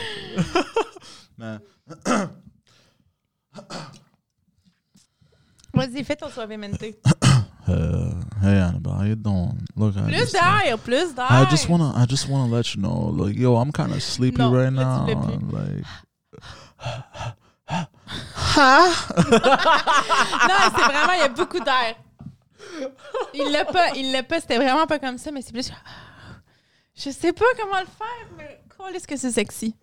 Speaker 1: Mais-
Speaker 2: Vas-y, fais ton soivemente.
Speaker 1: Uh, hey Annabelle, how you doing? Look, I
Speaker 2: Plus
Speaker 1: just,
Speaker 2: d'air, plus d'air.
Speaker 1: I just wanna, I just wanna let you know, like, yo, I'm kind of sleepy
Speaker 2: Non,
Speaker 1: right
Speaker 2: là,
Speaker 1: now,
Speaker 2: tu l'as plus.
Speaker 1: and, like,
Speaker 2: Non, c'est vraiment, il y a beaucoup d'air. Il l'a pas, il l'a pas. C'était vraiment pas comme ça, mais c'est plus. Je sais pas comment le faire, mais quoi est-ce que c'est sexy?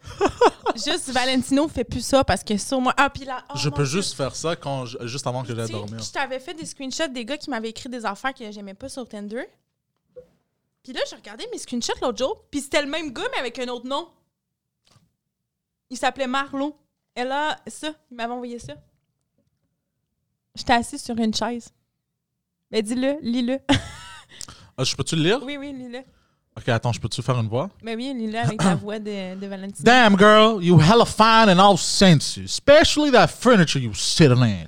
Speaker 2: Juste Valentino fait plus ça parce que sur moi. Ah, puis là. oh
Speaker 1: je
Speaker 2: mon
Speaker 1: peux
Speaker 2: Dieu.
Speaker 1: juste faire ça quand, je- juste avant que j'aille
Speaker 2: Tu sais,
Speaker 1: dormir.
Speaker 2: Je t'avais fait des screenshots des gars qui m'avaient écrit des affaires que j'aimais pas sur Tinder. Puis là, j'ai regardé mes screenshots l'autre jour, puis c'était le même gars, mais avec un autre nom. Il s'appelait Marlon. Et là, ça, il m'avait envoyé ça. J'étais assise sur une chaise. Mais dis-le, lis-le.
Speaker 1: Ah, je peux-tu le lire?
Speaker 2: oui, oui, lis-le.
Speaker 1: Ok, attends, je peux-tu faire une voix?
Speaker 2: Mais oui, lis-le avec la voix de, de Valentine.
Speaker 1: Damn, girl, you hella fine in all senses, especially that furniture you sitting in.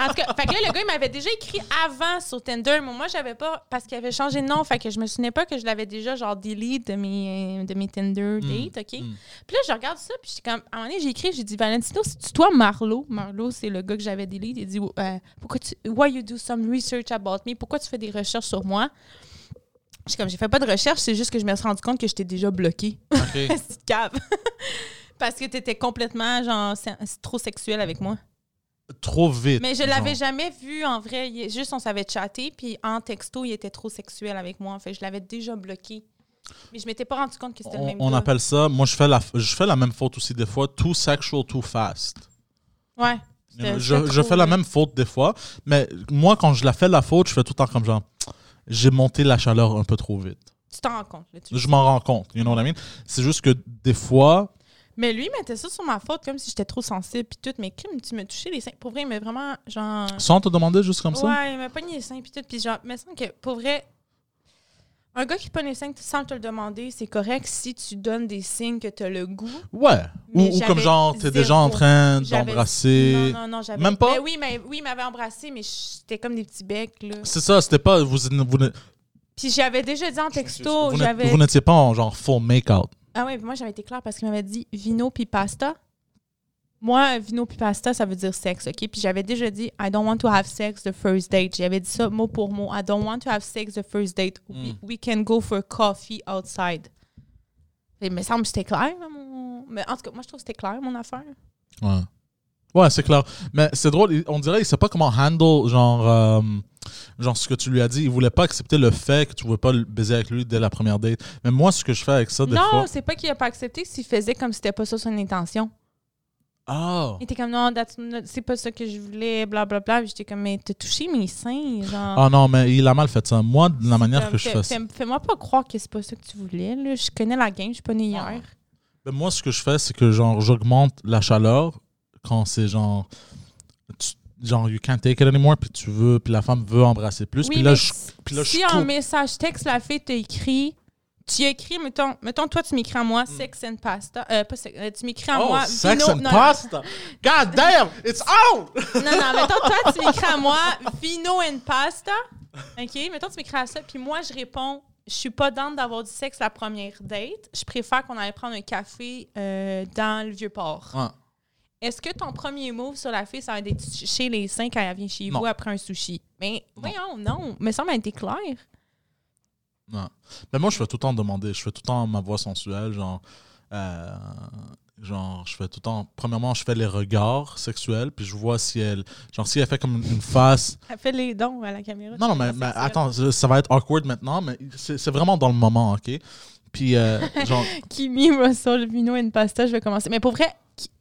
Speaker 2: En tout cas, fait que là, le gars, il m'avait déjà écrit avant sur Tinder, mais moi, j'avais pas. Parce qu'il avait changé de nom, fait que je me souvenais pas que je l'avais déjà, genre, delete de mes, euh, de mes Tinder dates, OK? Puis là, je regarde ça, puis j'étais comme. À un moment donné, j'ai écrit, j'ai dit, Valentino, c'est toi, Marlo? Marlo, c'est le gars que j'avais delete. Il dit, euh, pourquoi tu. Why you do some research about me? Pourquoi tu fais des recherches sur moi? J'ai comme, j'ai fait pas de recherche, c'est juste que je me suis rendu compte que j'étais déjà bloquée.
Speaker 1: Ok.
Speaker 2: Petite cave. Parce que t'étais complètement, genre, se- trop sexuel avec moi.
Speaker 1: Trop vite.
Speaker 2: Mais je
Speaker 1: genre.
Speaker 2: l'avais jamais vu en vrai. Il- Juste, on s'avait chatté, puis en texto, il était trop sexuel avec moi. En fait, je l'avais déjà bloqué. Mais je m'étais pas rendu compte que c'était le
Speaker 1: On,
Speaker 2: même
Speaker 1: on
Speaker 2: gars.
Speaker 1: appelle ça, moi je fais, la, je fais la même faute aussi des fois, too sexual, too fast.
Speaker 2: Ouais.
Speaker 1: You know,
Speaker 2: C'était-
Speaker 1: Je,
Speaker 2: c'était
Speaker 1: je
Speaker 2: trop,
Speaker 1: fais la
Speaker 2: là.
Speaker 1: même faute des fois, mais moi, quand je la fais la faute, je fais tout le temps comme genre, j'ai monté la chaleur un peu trop vite.
Speaker 2: Tu t'en rends compte. là, tu-
Speaker 1: Je m'en rends compte, you know what I mean? C'est juste que des fois,
Speaker 2: Mais lui, il mettait ça sur ma faute, comme si j'étais trop sensible, puis tout. Mais crime, tu me touchais les seins. Pour vrai, il m'a vraiment, genre.
Speaker 1: sans te demander juste comme ça,
Speaker 2: Ouais, il m'a pogné les seins, puis tout. Puis genre, il me semble que pour vrai. Un gars qui pogne les seins sans te le demander, c'est correct si tu donnes des signes que tu as le goût.
Speaker 1: ouais. Ou,
Speaker 2: Mais
Speaker 1: ou comme
Speaker 2: j'avais
Speaker 1: genre, t'es déjà en
Speaker 2: zéro.
Speaker 1: train
Speaker 2: J'avais-
Speaker 1: d'embrasser.
Speaker 2: Non, non, non, j'avais.
Speaker 1: Même pas?
Speaker 2: Mais oui, mais oui, il m'avait embrassé, mais j'étais comme des petits becs, là.
Speaker 1: C'est ça, c'était pas, vous, vous, n'êtes-
Speaker 2: Puis j'avais déjà dit en texto,
Speaker 1: vous n'êtes-
Speaker 2: j'avais.
Speaker 1: vous n'étiez pas en genre full make-out.
Speaker 2: Ah ouais, puis moi j'avais été claire parce qu'il m'avait dit vino puis pasta. Moi, vino puis pasta, ça veut dire sexe, OK? Puis j'avais déjà dit I don't want to have sex the first date. J'avais dit ça mot pour mot. I don't want to have sex the first date.
Speaker 1: Hmm.
Speaker 2: We, we can go for coffee outside. Il me semble que c'était clair, là, mon- Mais en tout cas, moi je trouve que c'était clair, mon affaire.
Speaker 1: Ouais. Ouais, c'est clair. Mais c'est drôle, il- on dirait il sait pas comment handle genre euh, genre ce que tu lui as dit, il voulait pas accepter le fait que tu voulais pas le baiser avec lui dès la première date. Mais moi ce que je fais avec ça des
Speaker 2: Non,
Speaker 1: fois
Speaker 2: c'est pas qu'il a pas accepté s'il faisait comme si c'était pas ça son intention.
Speaker 1: Ah.
Speaker 2: Il était comme non, that's not- c'est pas ça que je voulais, blablabla. Bla, bla. J'étais comme, mais t'as touché mes seins, genre.
Speaker 1: Ah non, mais il a mal fait ça. Moi de la manière
Speaker 2: Comme,
Speaker 1: que je
Speaker 2: fais-
Speaker 1: fais ça.
Speaker 2: fais- Fais-moi pas croire que c'est pas ça que tu voulais. Là. Je connais la game, je suis pas née hier.
Speaker 1: Ben, moi ce que je fais c'est que genre j'augmente la chaleur quand c'est genre tu- genre you can't take it anymore puis tu veux puis la femme veut embrasser plus
Speaker 2: Oui,
Speaker 1: puis là
Speaker 2: mais
Speaker 1: je puis là, je
Speaker 2: si
Speaker 1: coupe.
Speaker 2: en message texte, la fille t'a écrit, tu écris, mettons, mettons toi, tu m'écris à moi, sex and pasta. Euh, pas sex- euh, tu m'écris à
Speaker 1: Hmm. Oh,
Speaker 2: moi,
Speaker 1: sex
Speaker 2: vino.
Speaker 1: and
Speaker 2: non,
Speaker 1: pasta. God damn, it's out.
Speaker 2: non, non, mettons toi, tu m'écris à moi, vino and pasta. OK, mettons, tu m'écris à ça, puis moi, je réponds. Je suis pas dente d'avoir du sexe la première date. Je préfère qu'on aille prendre un café euh, dans le vieux port.
Speaker 1: Ouais.
Speaker 2: Est-ce que ton premier move sur la fille, ça va être d'être chez les seins quand elle vient chez
Speaker 1: Non.
Speaker 2: vous après un sushi? Mais voyons, non. Mais ça m'a été clair.
Speaker 1: Ouais. Mais moi, je fais tout le temps demander. Je fais tout le temps ma voix sensuelle. Genre, euh, genre, je fais tout le temps. Premièrement, je fais les regards sexuels. Puis je vois si elle. Genre, si elle fait comme une face.
Speaker 2: Elle fait les dons à la caméra.
Speaker 1: Non, non, mais, mais attends, ça ça va être awkward maintenant. Mais c'est c'est vraiment dans le moment, OK? Puis, euh, genre,
Speaker 2: Kimi, Russell, Vino et une pasta, je vais commencer. Mais pour vrai,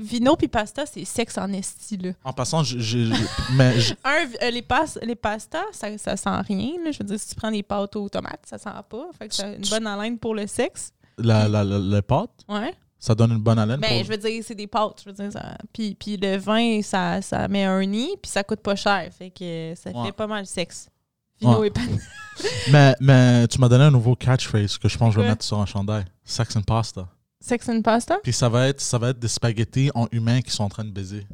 Speaker 2: Vino puis pasta, c'est sexe en esti, là.
Speaker 1: En passant, j'ai- j'ai- j'ai- mais j'ai-
Speaker 2: Un, vi- euh, les, pas- les pastas, ça, ça sent rien, là. Je veux dire, si tu prends des pâtes aux tomates, ça sent pas. Fait que ça a une bonne haleine pour le sexe.
Speaker 1: la, la, la- les pâtes,
Speaker 2: Ouais.
Speaker 1: ça donne une bonne haleine.
Speaker 2: Ben,
Speaker 1: pour-
Speaker 2: je veux dire, c'est des pâtes. Je veux dire, ça... puis, puis le vin, ça, ça met un nid, puis ça coûte pas cher. Fait que ça
Speaker 1: Ouais.
Speaker 2: fait pas mal sexe. Vino
Speaker 1: Ouais.
Speaker 2: et pasta.
Speaker 1: mais, mais tu m'as donné un nouveau catchphrase que je pense que je vais
Speaker 2: Quoi?
Speaker 1: mettre sur un chandail. Sex and pasta.
Speaker 2: Sex and pasta?
Speaker 1: Puis ça va être, ça va être des spaghettis en humain qui sont en train de baiser.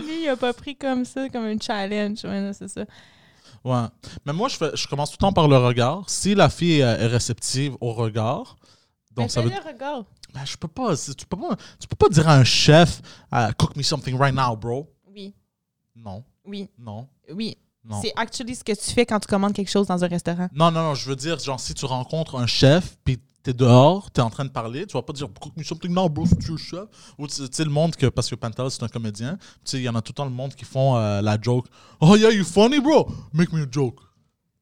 Speaker 2: Lui, il a pas pris comme ça, comme un challenge. Ouais, non, c'est ça.
Speaker 1: Ben, Ouais. Mais moi, je, fais- je commence tout le temps par le regard. Si la fille euh, est réceptive au regard, donc
Speaker 2: Mais
Speaker 1: ça
Speaker 2: fais
Speaker 1: veut
Speaker 2: le regard.
Speaker 1: Ben, je peux pas, c'est- tu peux pas, tu peux pas dire à un chef, euh, cook me something right now, bro.
Speaker 2: Oui,
Speaker 1: Non,
Speaker 2: oui,
Speaker 1: non,
Speaker 2: oui.
Speaker 1: non.
Speaker 2: C'est actually ce que tu fais quand tu commandes quelque chose dans un restaurant.
Speaker 1: Non, non, non, je veux dire, genre, si tu rencontres un chef, puis t'es dehors, t'es en train de parler, tu vas pas dire cook me something now, bro, si tu es le chef. Ou tu tu sais, le monde que, parce que Pantal, c'est un comédien, tu sais, il y en a tout le temps le monde qui font euh, la joke. Oh yeah, you funny, bro? Make me a joke.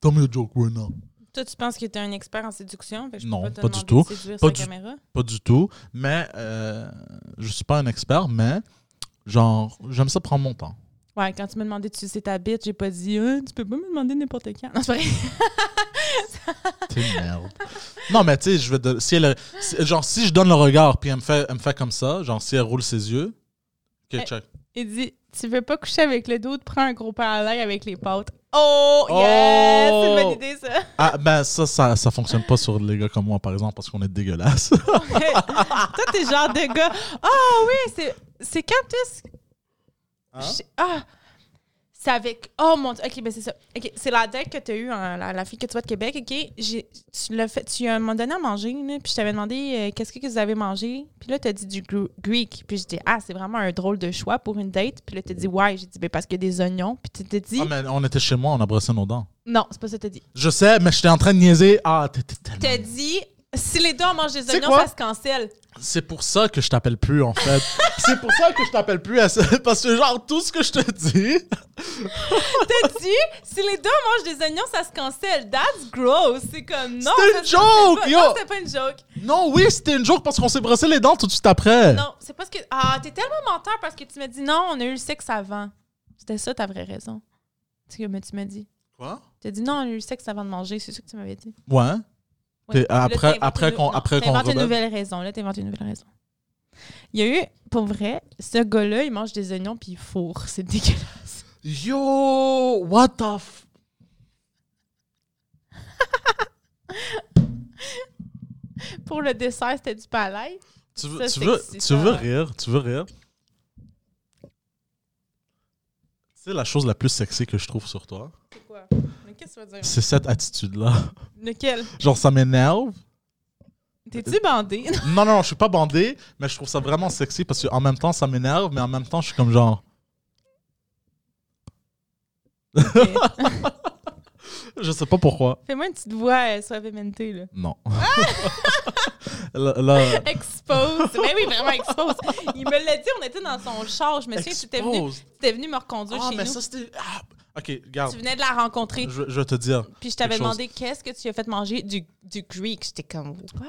Speaker 1: Tell me a joke right now.
Speaker 2: Toi, tu penses que tu es un expert en séduction? Fait que je
Speaker 1: Non,
Speaker 2: peux te
Speaker 1: pas du
Speaker 2: demander de
Speaker 1: tout.
Speaker 2: séduire
Speaker 1: Pas
Speaker 2: sa
Speaker 1: du-
Speaker 2: caméra.
Speaker 1: Pas du tout. Mais, euh, je suis pas un expert, mais, genre, j'aime ça prendre mon temps.
Speaker 2: Ouais, quand tu m'as demandé de sucer ta bite, j'ai pas dit Euh, tu peux pas me demander n'importe quand. Non, c'est pas vrai.
Speaker 1: T'es une merde. Non, mais tu sais, je vais don- si elle a- si- genre, si je donne le regard, puis elle me fait, elle me fait comme ça, genre, si elle roule ses yeux, OK,
Speaker 2: Eh,
Speaker 1: check.
Speaker 2: Il dit Tu veux pas coucher avec le dos, prends un gros pain à l'air avec les pâtes. Oh,
Speaker 1: Oh!
Speaker 2: yes! C'est une bonne idée, ça.
Speaker 1: Ah, ben, ça, ça, ça fonctionne pas sur les gars comme moi, par exemple, parce qu'on est dégueulasse.
Speaker 2: Ouais. Toi, t'es genre de gars. Ah oui, c'est, c'est quand est-ce.
Speaker 1: Hein?
Speaker 2: J'ai- Ah! C'est avec. Oh mon dieu. Ok, ben c'est ça. Ok, c'est la date que t'as eue, hein, la, la fille que tu vois de Québec. Ok, j'ai, tu l'as fait. Tu euh, m'as donné à manger, là, puis je t'avais demandé euh, qu'est-ce que, que vous avez mangé. Puis là, t'as dit du gr- Greek. Puis je dis, ah, c'est vraiment un drôle de choix pour une date. Puis là, t'as dit, ouais. J'ai dit, ben parce qu'il y a des oignons. Puis tu t'es dit,
Speaker 1: Ah, mais on était chez moi, on a brossé nos dents.
Speaker 2: non, c'est pas ça que t'as dit.
Speaker 1: Je sais, mais j'étais en train de niaiser. Ah, t'es t'es
Speaker 2: T'as
Speaker 1: tellement...
Speaker 2: dit, si les deux on mange des
Speaker 1: sais
Speaker 2: oignons,
Speaker 1: quoi?
Speaker 2: ça se cancelle.
Speaker 1: C'est pour ça que je t'appelle plus, en fait. C'est pour ça que je t'appelle plus, à ce- parce que, genre, tout ce que je te dis...
Speaker 2: T'as dit, si les deux mangent des oignons, ça se cancelle. That's gross. C'est comme, non.
Speaker 1: C'était
Speaker 2: ça,
Speaker 1: une
Speaker 2: c'est- c'est
Speaker 1: joke,
Speaker 2: pas-
Speaker 1: yo.
Speaker 2: Non, c'était pas une joke.
Speaker 1: Non, oui, c'était une joke parce qu'on s'est brossé les dents tout de suite après.
Speaker 2: Non, c'est parce que. Ah, t'es tellement menteur parce que tu m'as dit non, on a eu le sexe avant. C'était ça ta vraie raison. C'est ce que tu m'as dit.
Speaker 1: Quoi?
Speaker 2: T'as dit non, on a eu le sexe avant de manger, c'est ça que tu m'avais dit.
Speaker 1: Ouais.
Speaker 2: Ouais.
Speaker 1: T'es- euh,
Speaker 2: Là,
Speaker 1: après-
Speaker 2: t'as inventé
Speaker 1: après
Speaker 2: une-
Speaker 1: qu'on-
Speaker 2: non,
Speaker 1: après
Speaker 2: t'as
Speaker 1: qu'on
Speaker 2: inventé une
Speaker 1: rebelle.
Speaker 2: nouvelle raison. Là, t'as inventé une nouvelle raison. Il y a eu, pour vrai, ce gars-là, il mange des oignons puis il fourre. C'est dégueulasse.
Speaker 1: Yo, what the f...
Speaker 2: Pour le dessert, c'était du palais.
Speaker 1: Tu veux,
Speaker 2: Ça,
Speaker 1: tu
Speaker 2: c'est
Speaker 1: veux,
Speaker 2: excitant.
Speaker 1: tu veux rire, tu veux rire. C'est la chose la plus sexy que je trouve sur toi.
Speaker 2: C'est quoi? Qu'est-ce que tu vas dire?
Speaker 1: C'est cette attitude-là.
Speaker 2: Lequel?
Speaker 1: Genre, ça m'énerve.
Speaker 2: T'es-tu bandé?
Speaker 1: Non, non, non, je suis pas bandé, mais je trouve ça vraiment sexy parce qu'en même temps, ça m'énerve, mais en même temps, je suis comme genre. Je sais pas pourquoi.
Speaker 2: Fais-moi une petite voix euh, suavemente, là.
Speaker 1: Non. là, là-
Speaker 2: Expose. Mais oui, vraiment expose. Il me l'a dit, on était dans son char. Je me souviens, tu étais venu,
Speaker 1: Expose.
Speaker 2: tu étais venu me reconduire
Speaker 1: Ah,
Speaker 2: chez
Speaker 1: mais
Speaker 2: nous.
Speaker 1: ça, c'était. ah. Ok,
Speaker 2: Tu
Speaker 1: regarde.
Speaker 2: venais de la rencontrer.
Speaker 1: Je, je vais te dire.
Speaker 2: Puis je t'avais
Speaker 1: quelque chose.
Speaker 2: demandé qu'est-ce que tu lui as fait manger du, du Greek. J'étais comme, what?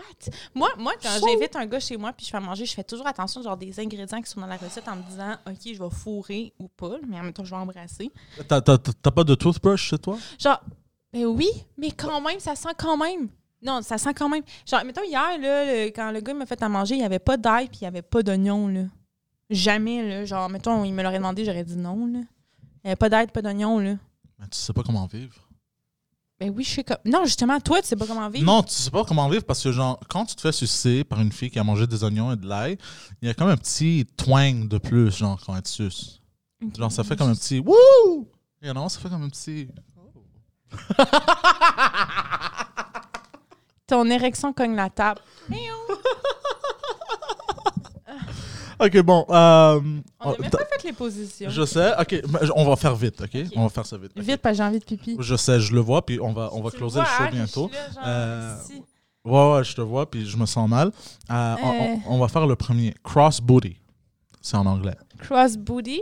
Speaker 2: Moi, moi quand
Speaker 1: Fou.
Speaker 2: j'invite un gars chez moi puis je fais à manger, je fais toujours attention genre des ingrédients qui sont dans la recette en me disant, OK, je vais fourrer ou pas, mais en même temps, je vais embrasser.
Speaker 1: T'as- T'as t'as pas de toothbrush chez toi?
Speaker 2: Genre, ben oui, mais quand même, ça sent quand même. Non, ça sent quand même. Genre, mettons, hier, là, le- quand le gars m'a fait à manger, il n'y avait pas d'ail puis il n'y avait pas d'oignon, là. Jamais, là. Genre, mettons, il me l'aurait demandé, j'aurais dit non, là. Il n'y avait pas d'ail, pas d'oignon, là.
Speaker 1: Mais tu sais pas comment vivre.
Speaker 2: Ben oui, je suis comme. Non, justement, toi, tu sais pas comment vivre.
Speaker 1: Non, tu sais pas comment vivre parce que, genre, quand tu te fais sucer par une fille qui a mangé des oignons et de l'ail, il y a comme un petit twang de plus, genre, quand elle te suce. Genre, ça fait comme un petit wouh! Et non, ça fait comme un petit.
Speaker 2: Ton érection cogne la table. oh!
Speaker 1: Ok, bon. euh,
Speaker 2: On n'a
Speaker 1: oh,
Speaker 2: même
Speaker 1: t'as-
Speaker 2: pas fait les positions.
Speaker 1: je sais. Ok, mais je- on va faire vite, ok? On va faire ça vite. ok?
Speaker 2: Vite, parce que j'ai envie de pipi.
Speaker 1: Je sais, je le vois, puis on va, on va
Speaker 2: Tu
Speaker 1: closer le
Speaker 2: vois,
Speaker 1: show
Speaker 2: hein, que je suis
Speaker 1: bientôt.
Speaker 2: là, genre,
Speaker 1: Euh,
Speaker 2: ici.
Speaker 1: Ouais, ouais, je te vois, puis je me sens mal. Euh, on-
Speaker 2: Euh.
Speaker 1: On, on va faire le premier. Cross booty. C'est en anglais.
Speaker 2: Cross booty.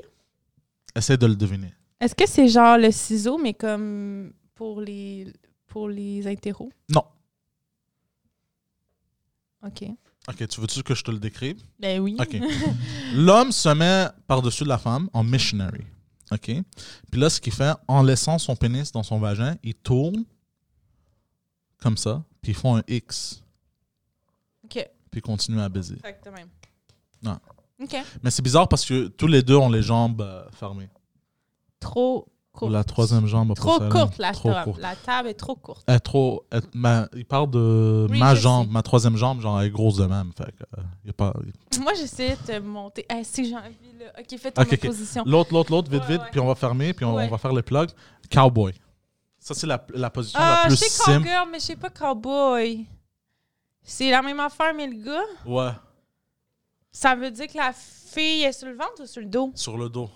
Speaker 1: Essaye de le deviner.
Speaker 2: Est-ce que c'est genre le ciseau, mais comme pour les pour les hétéros?
Speaker 1: Non.
Speaker 2: OK.
Speaker 1: Ok, tu veux-tu que je te le décrive?
Speaker 2: Ben oui.
Speaker 1: OK. L'homme se met par-dessus de la femme en missionary. OK? Puis là, ce qu'il fait, en laissant son pénis dans son vagin, il tourne comme ça, puis ils font un X,
Speaker 2: OK.
Speaker 1: puis ils continuent à baiser.
Speaker 2: Exactement.
Speaker 1: Non.
Speaker 2: OK.
Speaker 1: Mais c'est bizarre parce que tous les deux ont les jambes euh, fermées.
Speaker 2: Trop court.
Speaker 1: Ou la troisième jambe. après
Speaker 2: Trop
Speaker 1: celle-là.
Speaker 2: courte, la
Speaker 1: Trop
Speaker 2: table.
Speaker 1: courte.
Speaker 2: La table est trop courte.
Speaker 1: Elle est trop. elle- ma- il parle de
Speaker 2: Oui,
Speaker 1: ma
Speaker 2: je
Speaker 1: jambe,
Speaker 2: sais.
Speaker 1: ma troisième jambe, genre, elle est grosse de même. Fait que, euh, y a pas.
Speaker 2: Moi, j'essaie de monter. Ah, si j'ai envie, là. OK, fais ton
Speaker 1: Ok, ok.
Speaker 2: autre position.
Speaker 1: L'autre, l'autre, l'autre, vite,
Speaker 2: Ouais,
Speaker 1: vite,
Speaker 2: ouais.
Speaker 1: puis on va fermer, puis on,
Speaker 2: Ouais.
Speaker 1: on va faire le plug. Cowboy. Ça, c'est la, la position
Speaker 2: Ah,
Speaker 1: la
Speaker 2: je
Speaker 1: plus
Speaker 2: sais
Speaker 1: simple.
Speaker 2: cowgirl, mais je sais pas cowboy. C'est la même affaire, mais le gars,
Speaker 1: Ouais,
Speaker 2: ça veut dire que la fille est sur le ventre ou sur le dos?
Speaker 1: sur le dos.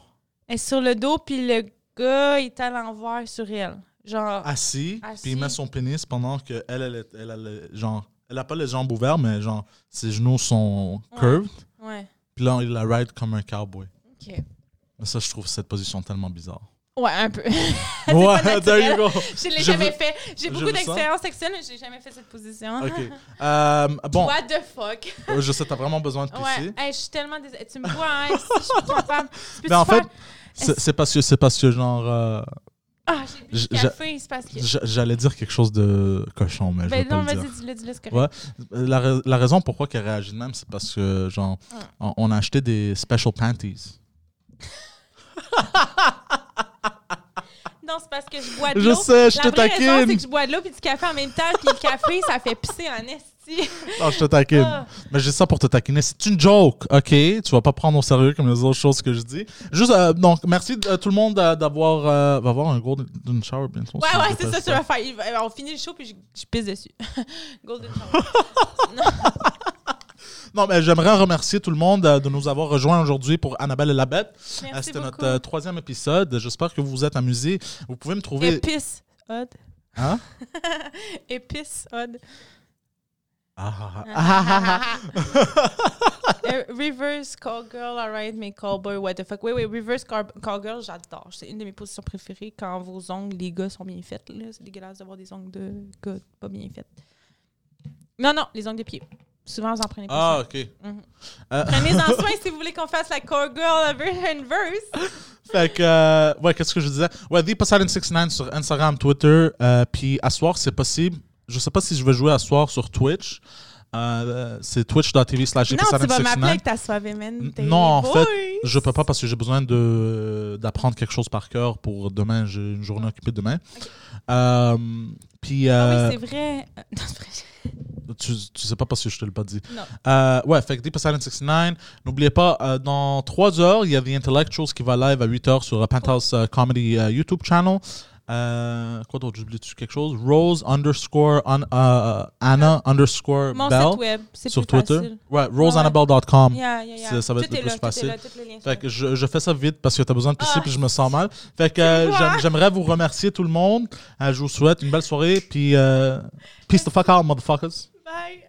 Speaker 2: Elle est sur le dos, puis le gars est à l'envers sur elle. Genre,
Speaker 1: Ah. Assis, puis
Speaker 2: Assis.
Speaker 1: il met son pénis pendant que elle, elle, est- elle, a le- genre, elle a pas les jambes ouvertes, mais genre, ses genoux sont
Speaker 2: Ouais.
Speaker 1: curved.
Speaker 2: ouais.
Speaker 1: Puis là, il la ride comme un cowboy.
Speaker 2: OK.
Speaker 1: Mais ça, je trouve cette position tellement bizarre.
Speaker 2: Ouais, un peu. pas
Speaker 1: ouais,
Speaker 2: naturel.
Speaker 1: there you go.
Speaker 2: je l'ai
Speaker 1: Je
Speaker 2: jamais
Speaker 1: veux-
Speaker 2: fait. J'ai
Speaker 1: je
Speaker 2: beaucoup
Speaker 1: veux ça.
Speaker 2: d'expérience sexuelle, mais j'ai jamais fait cette position.
Speaker 1: OK. Euh, bon,
Speaker 2: What the fuck?
Speaker 1: euh, je sais, t'as vraiment besoin de pisser.
Speaker 2: Ouais, Hey, je suis tellement désolée. Tu me vois, hein, si je suis capable. Tu peux-tu
Speaker 1: Mais Ben, en fait,
Speaker 2: faire-
Speaker 1: c'est c'est parce que, c'est parce que genre, euh,
Speaker 2: Ah, j'ai bu du
Speaker 1: je-
Speaker 2: café, c'est parce que...
Speaker 1: j- j'allais dire quelque chose de cochon, mais je vais
Speaker 2: Ben non,
Speaker 1: pas le
Speaker 2: vas-y,
Speaker 1: dire.
Speaker 2: dis-le, dis-le, c'est correct.
Speaker 1: Ouais. La, ra- la raison pourquoi qu'elle réagit de même, c'est parce que, genre,
Speaker 2: Mm.
Speaker 1: on, on a acheté des special panties.
Speaker 2: Non, c'est parce que je bois de
Speaker 1: Je
Speaker 2: l'eau.
Speaker 1: sais, je
Speaker 2: Ah, La
Speaker 1: te
Speaker 2: vraie raison, c'est
Speaker 1: taquine.
Speaker 2: que je bois de l'eau puis du café en même temps, puis le café, ça fait pisser en esti.
Speaker 1: Non, je te taquine.
Speaker 2: Ah.
Speaker 1: Mais j'ai ça pour te taquiner. C'est une joke, OK? Tu vas pas prendre au sérieux comme les autres choses que je dis. Juste, euh, donc, merci euh, tout le monde euh, d'avoir... euh, va avoir un gros d'une shower, bien sûr.
Speaker 2: Ouais, ouais, c'est ça, tu vas faire. il va- On finit le show puis je, je pisse dessus. Golden shower.
Speaker 1: Non, mais j'aimerais remercier tout le monde euh, de nous avoir rejoints aujourd'hui pour Annabelle et la Bête. Euh,
Speaker 2: Merci
Speaker 1: C'était
Speaker 2: beaucoup.
Speaker 1: notre euh, troisième épisode. J'espère que vous vous êtes amusés. Vous pouvez me trouver...
Speaker 2: Épice, Odd.
Speaker 1: Hein?
Speaker 2: Épice, Odd.
Speaker 1: Ah, ah, ah.
Speaker 2: Euh, reverse cowgirl, alright, mais cowboy, what the fuck. Oui, oui, reverse cow- cowgirl, j'adore. C'est une de mes positions préférées quand vos ongles, les gars, sont bien faits. là. C'est dégueulasse d'avoir des ongles de gars pas bien faits. Non, non, les ongles de pied. Souvent, vous en prenez pas.
Speaker 1: Ah, OK.
Speaker 2: soin. Mhm.
Speaker 1: Euh,
Speaker 2: Prenez-en soin si vous voulez qu'on fasse la cowgirl reverse.
Speaker 1: Fait que, euh, ouais, qu'est-ce que je disais? Ouais, The Poseidon69 sur Instagram, Twitter. euh, Puis à soir, c'est possible. Je sais pas si je vais jouer à soir sur Twitch. Euh, c'est twitch.tv slash
Speaker 2: Non, tu vas m'appeler
Speaker 1: Poseidon69.
Speaker 2: avec ta soif mente.
Speaker 1: Non, en
Speaker 2: Boy.
Speaker 1: fait, Je peux pas parce que j'ai besoin de d'apprendre quelque chose par cœur pour demain. J'ai une journée occupée demain. Euh, Puis,
Speaker 2: Ah
Speaker 1: euh,
Speaker 2: Oui, c'est vrai. Euh, non, c'est vrai.
Speaker 1: tu, tu sais pas parce que je te l'ai pas dit.
Speaker 2: Non.
Speaker 1: Euh, ouais, fait que Deep Silent 69. N'oubliez pas, euh, dans 3 heures, il y a The Intellectuals qui va live à 8 heures sur euh, Penthouse euh, Comedy euh, YouTube channel. Euh, quoi d'autre? J'oublie-tu quelque chose? Rose underscore un- euh, Anna underscore
Speaker 2: Mon site
Speaker 1: Bell
Speaker 2: web, c'est
Speaker 1: sur
Speaker 2: plus
Speaker 1: Twitter.
Speaker 2: facile.
Speaker 1: Ouais,
Speaker 2: Ouais.
Speaker 1: roseannabelle.com.
Speaker 2: Yeah, yeah, yeah.
Speaker 1: Ça- ça va être
Speaker 2: Tout
Speaker 1: le
Speaker 2: est
Speaker 1: plus
Speaker 2: là, tout est
Speaker 1: facile.
Speaker 2: là, tous les liens sont
Speaker 1: Fait
Speaker 2: là.
Speaker 1: que je, je fais ça vite parce que t'as besoin de pisser
Speaker 2: Ah.
Speaker 1: puis je me sens mal. Fait que euh,
Speaker 2: C'est
Speaker 1: j'aime-
Speaker 2: moi.
Speaker 1: j'aimerais vous remercier tout le monde. Euh, je vous souhaite une belle soirée puis euh, peace the fuck out, motherfuckers.
Speaker 2: Bye.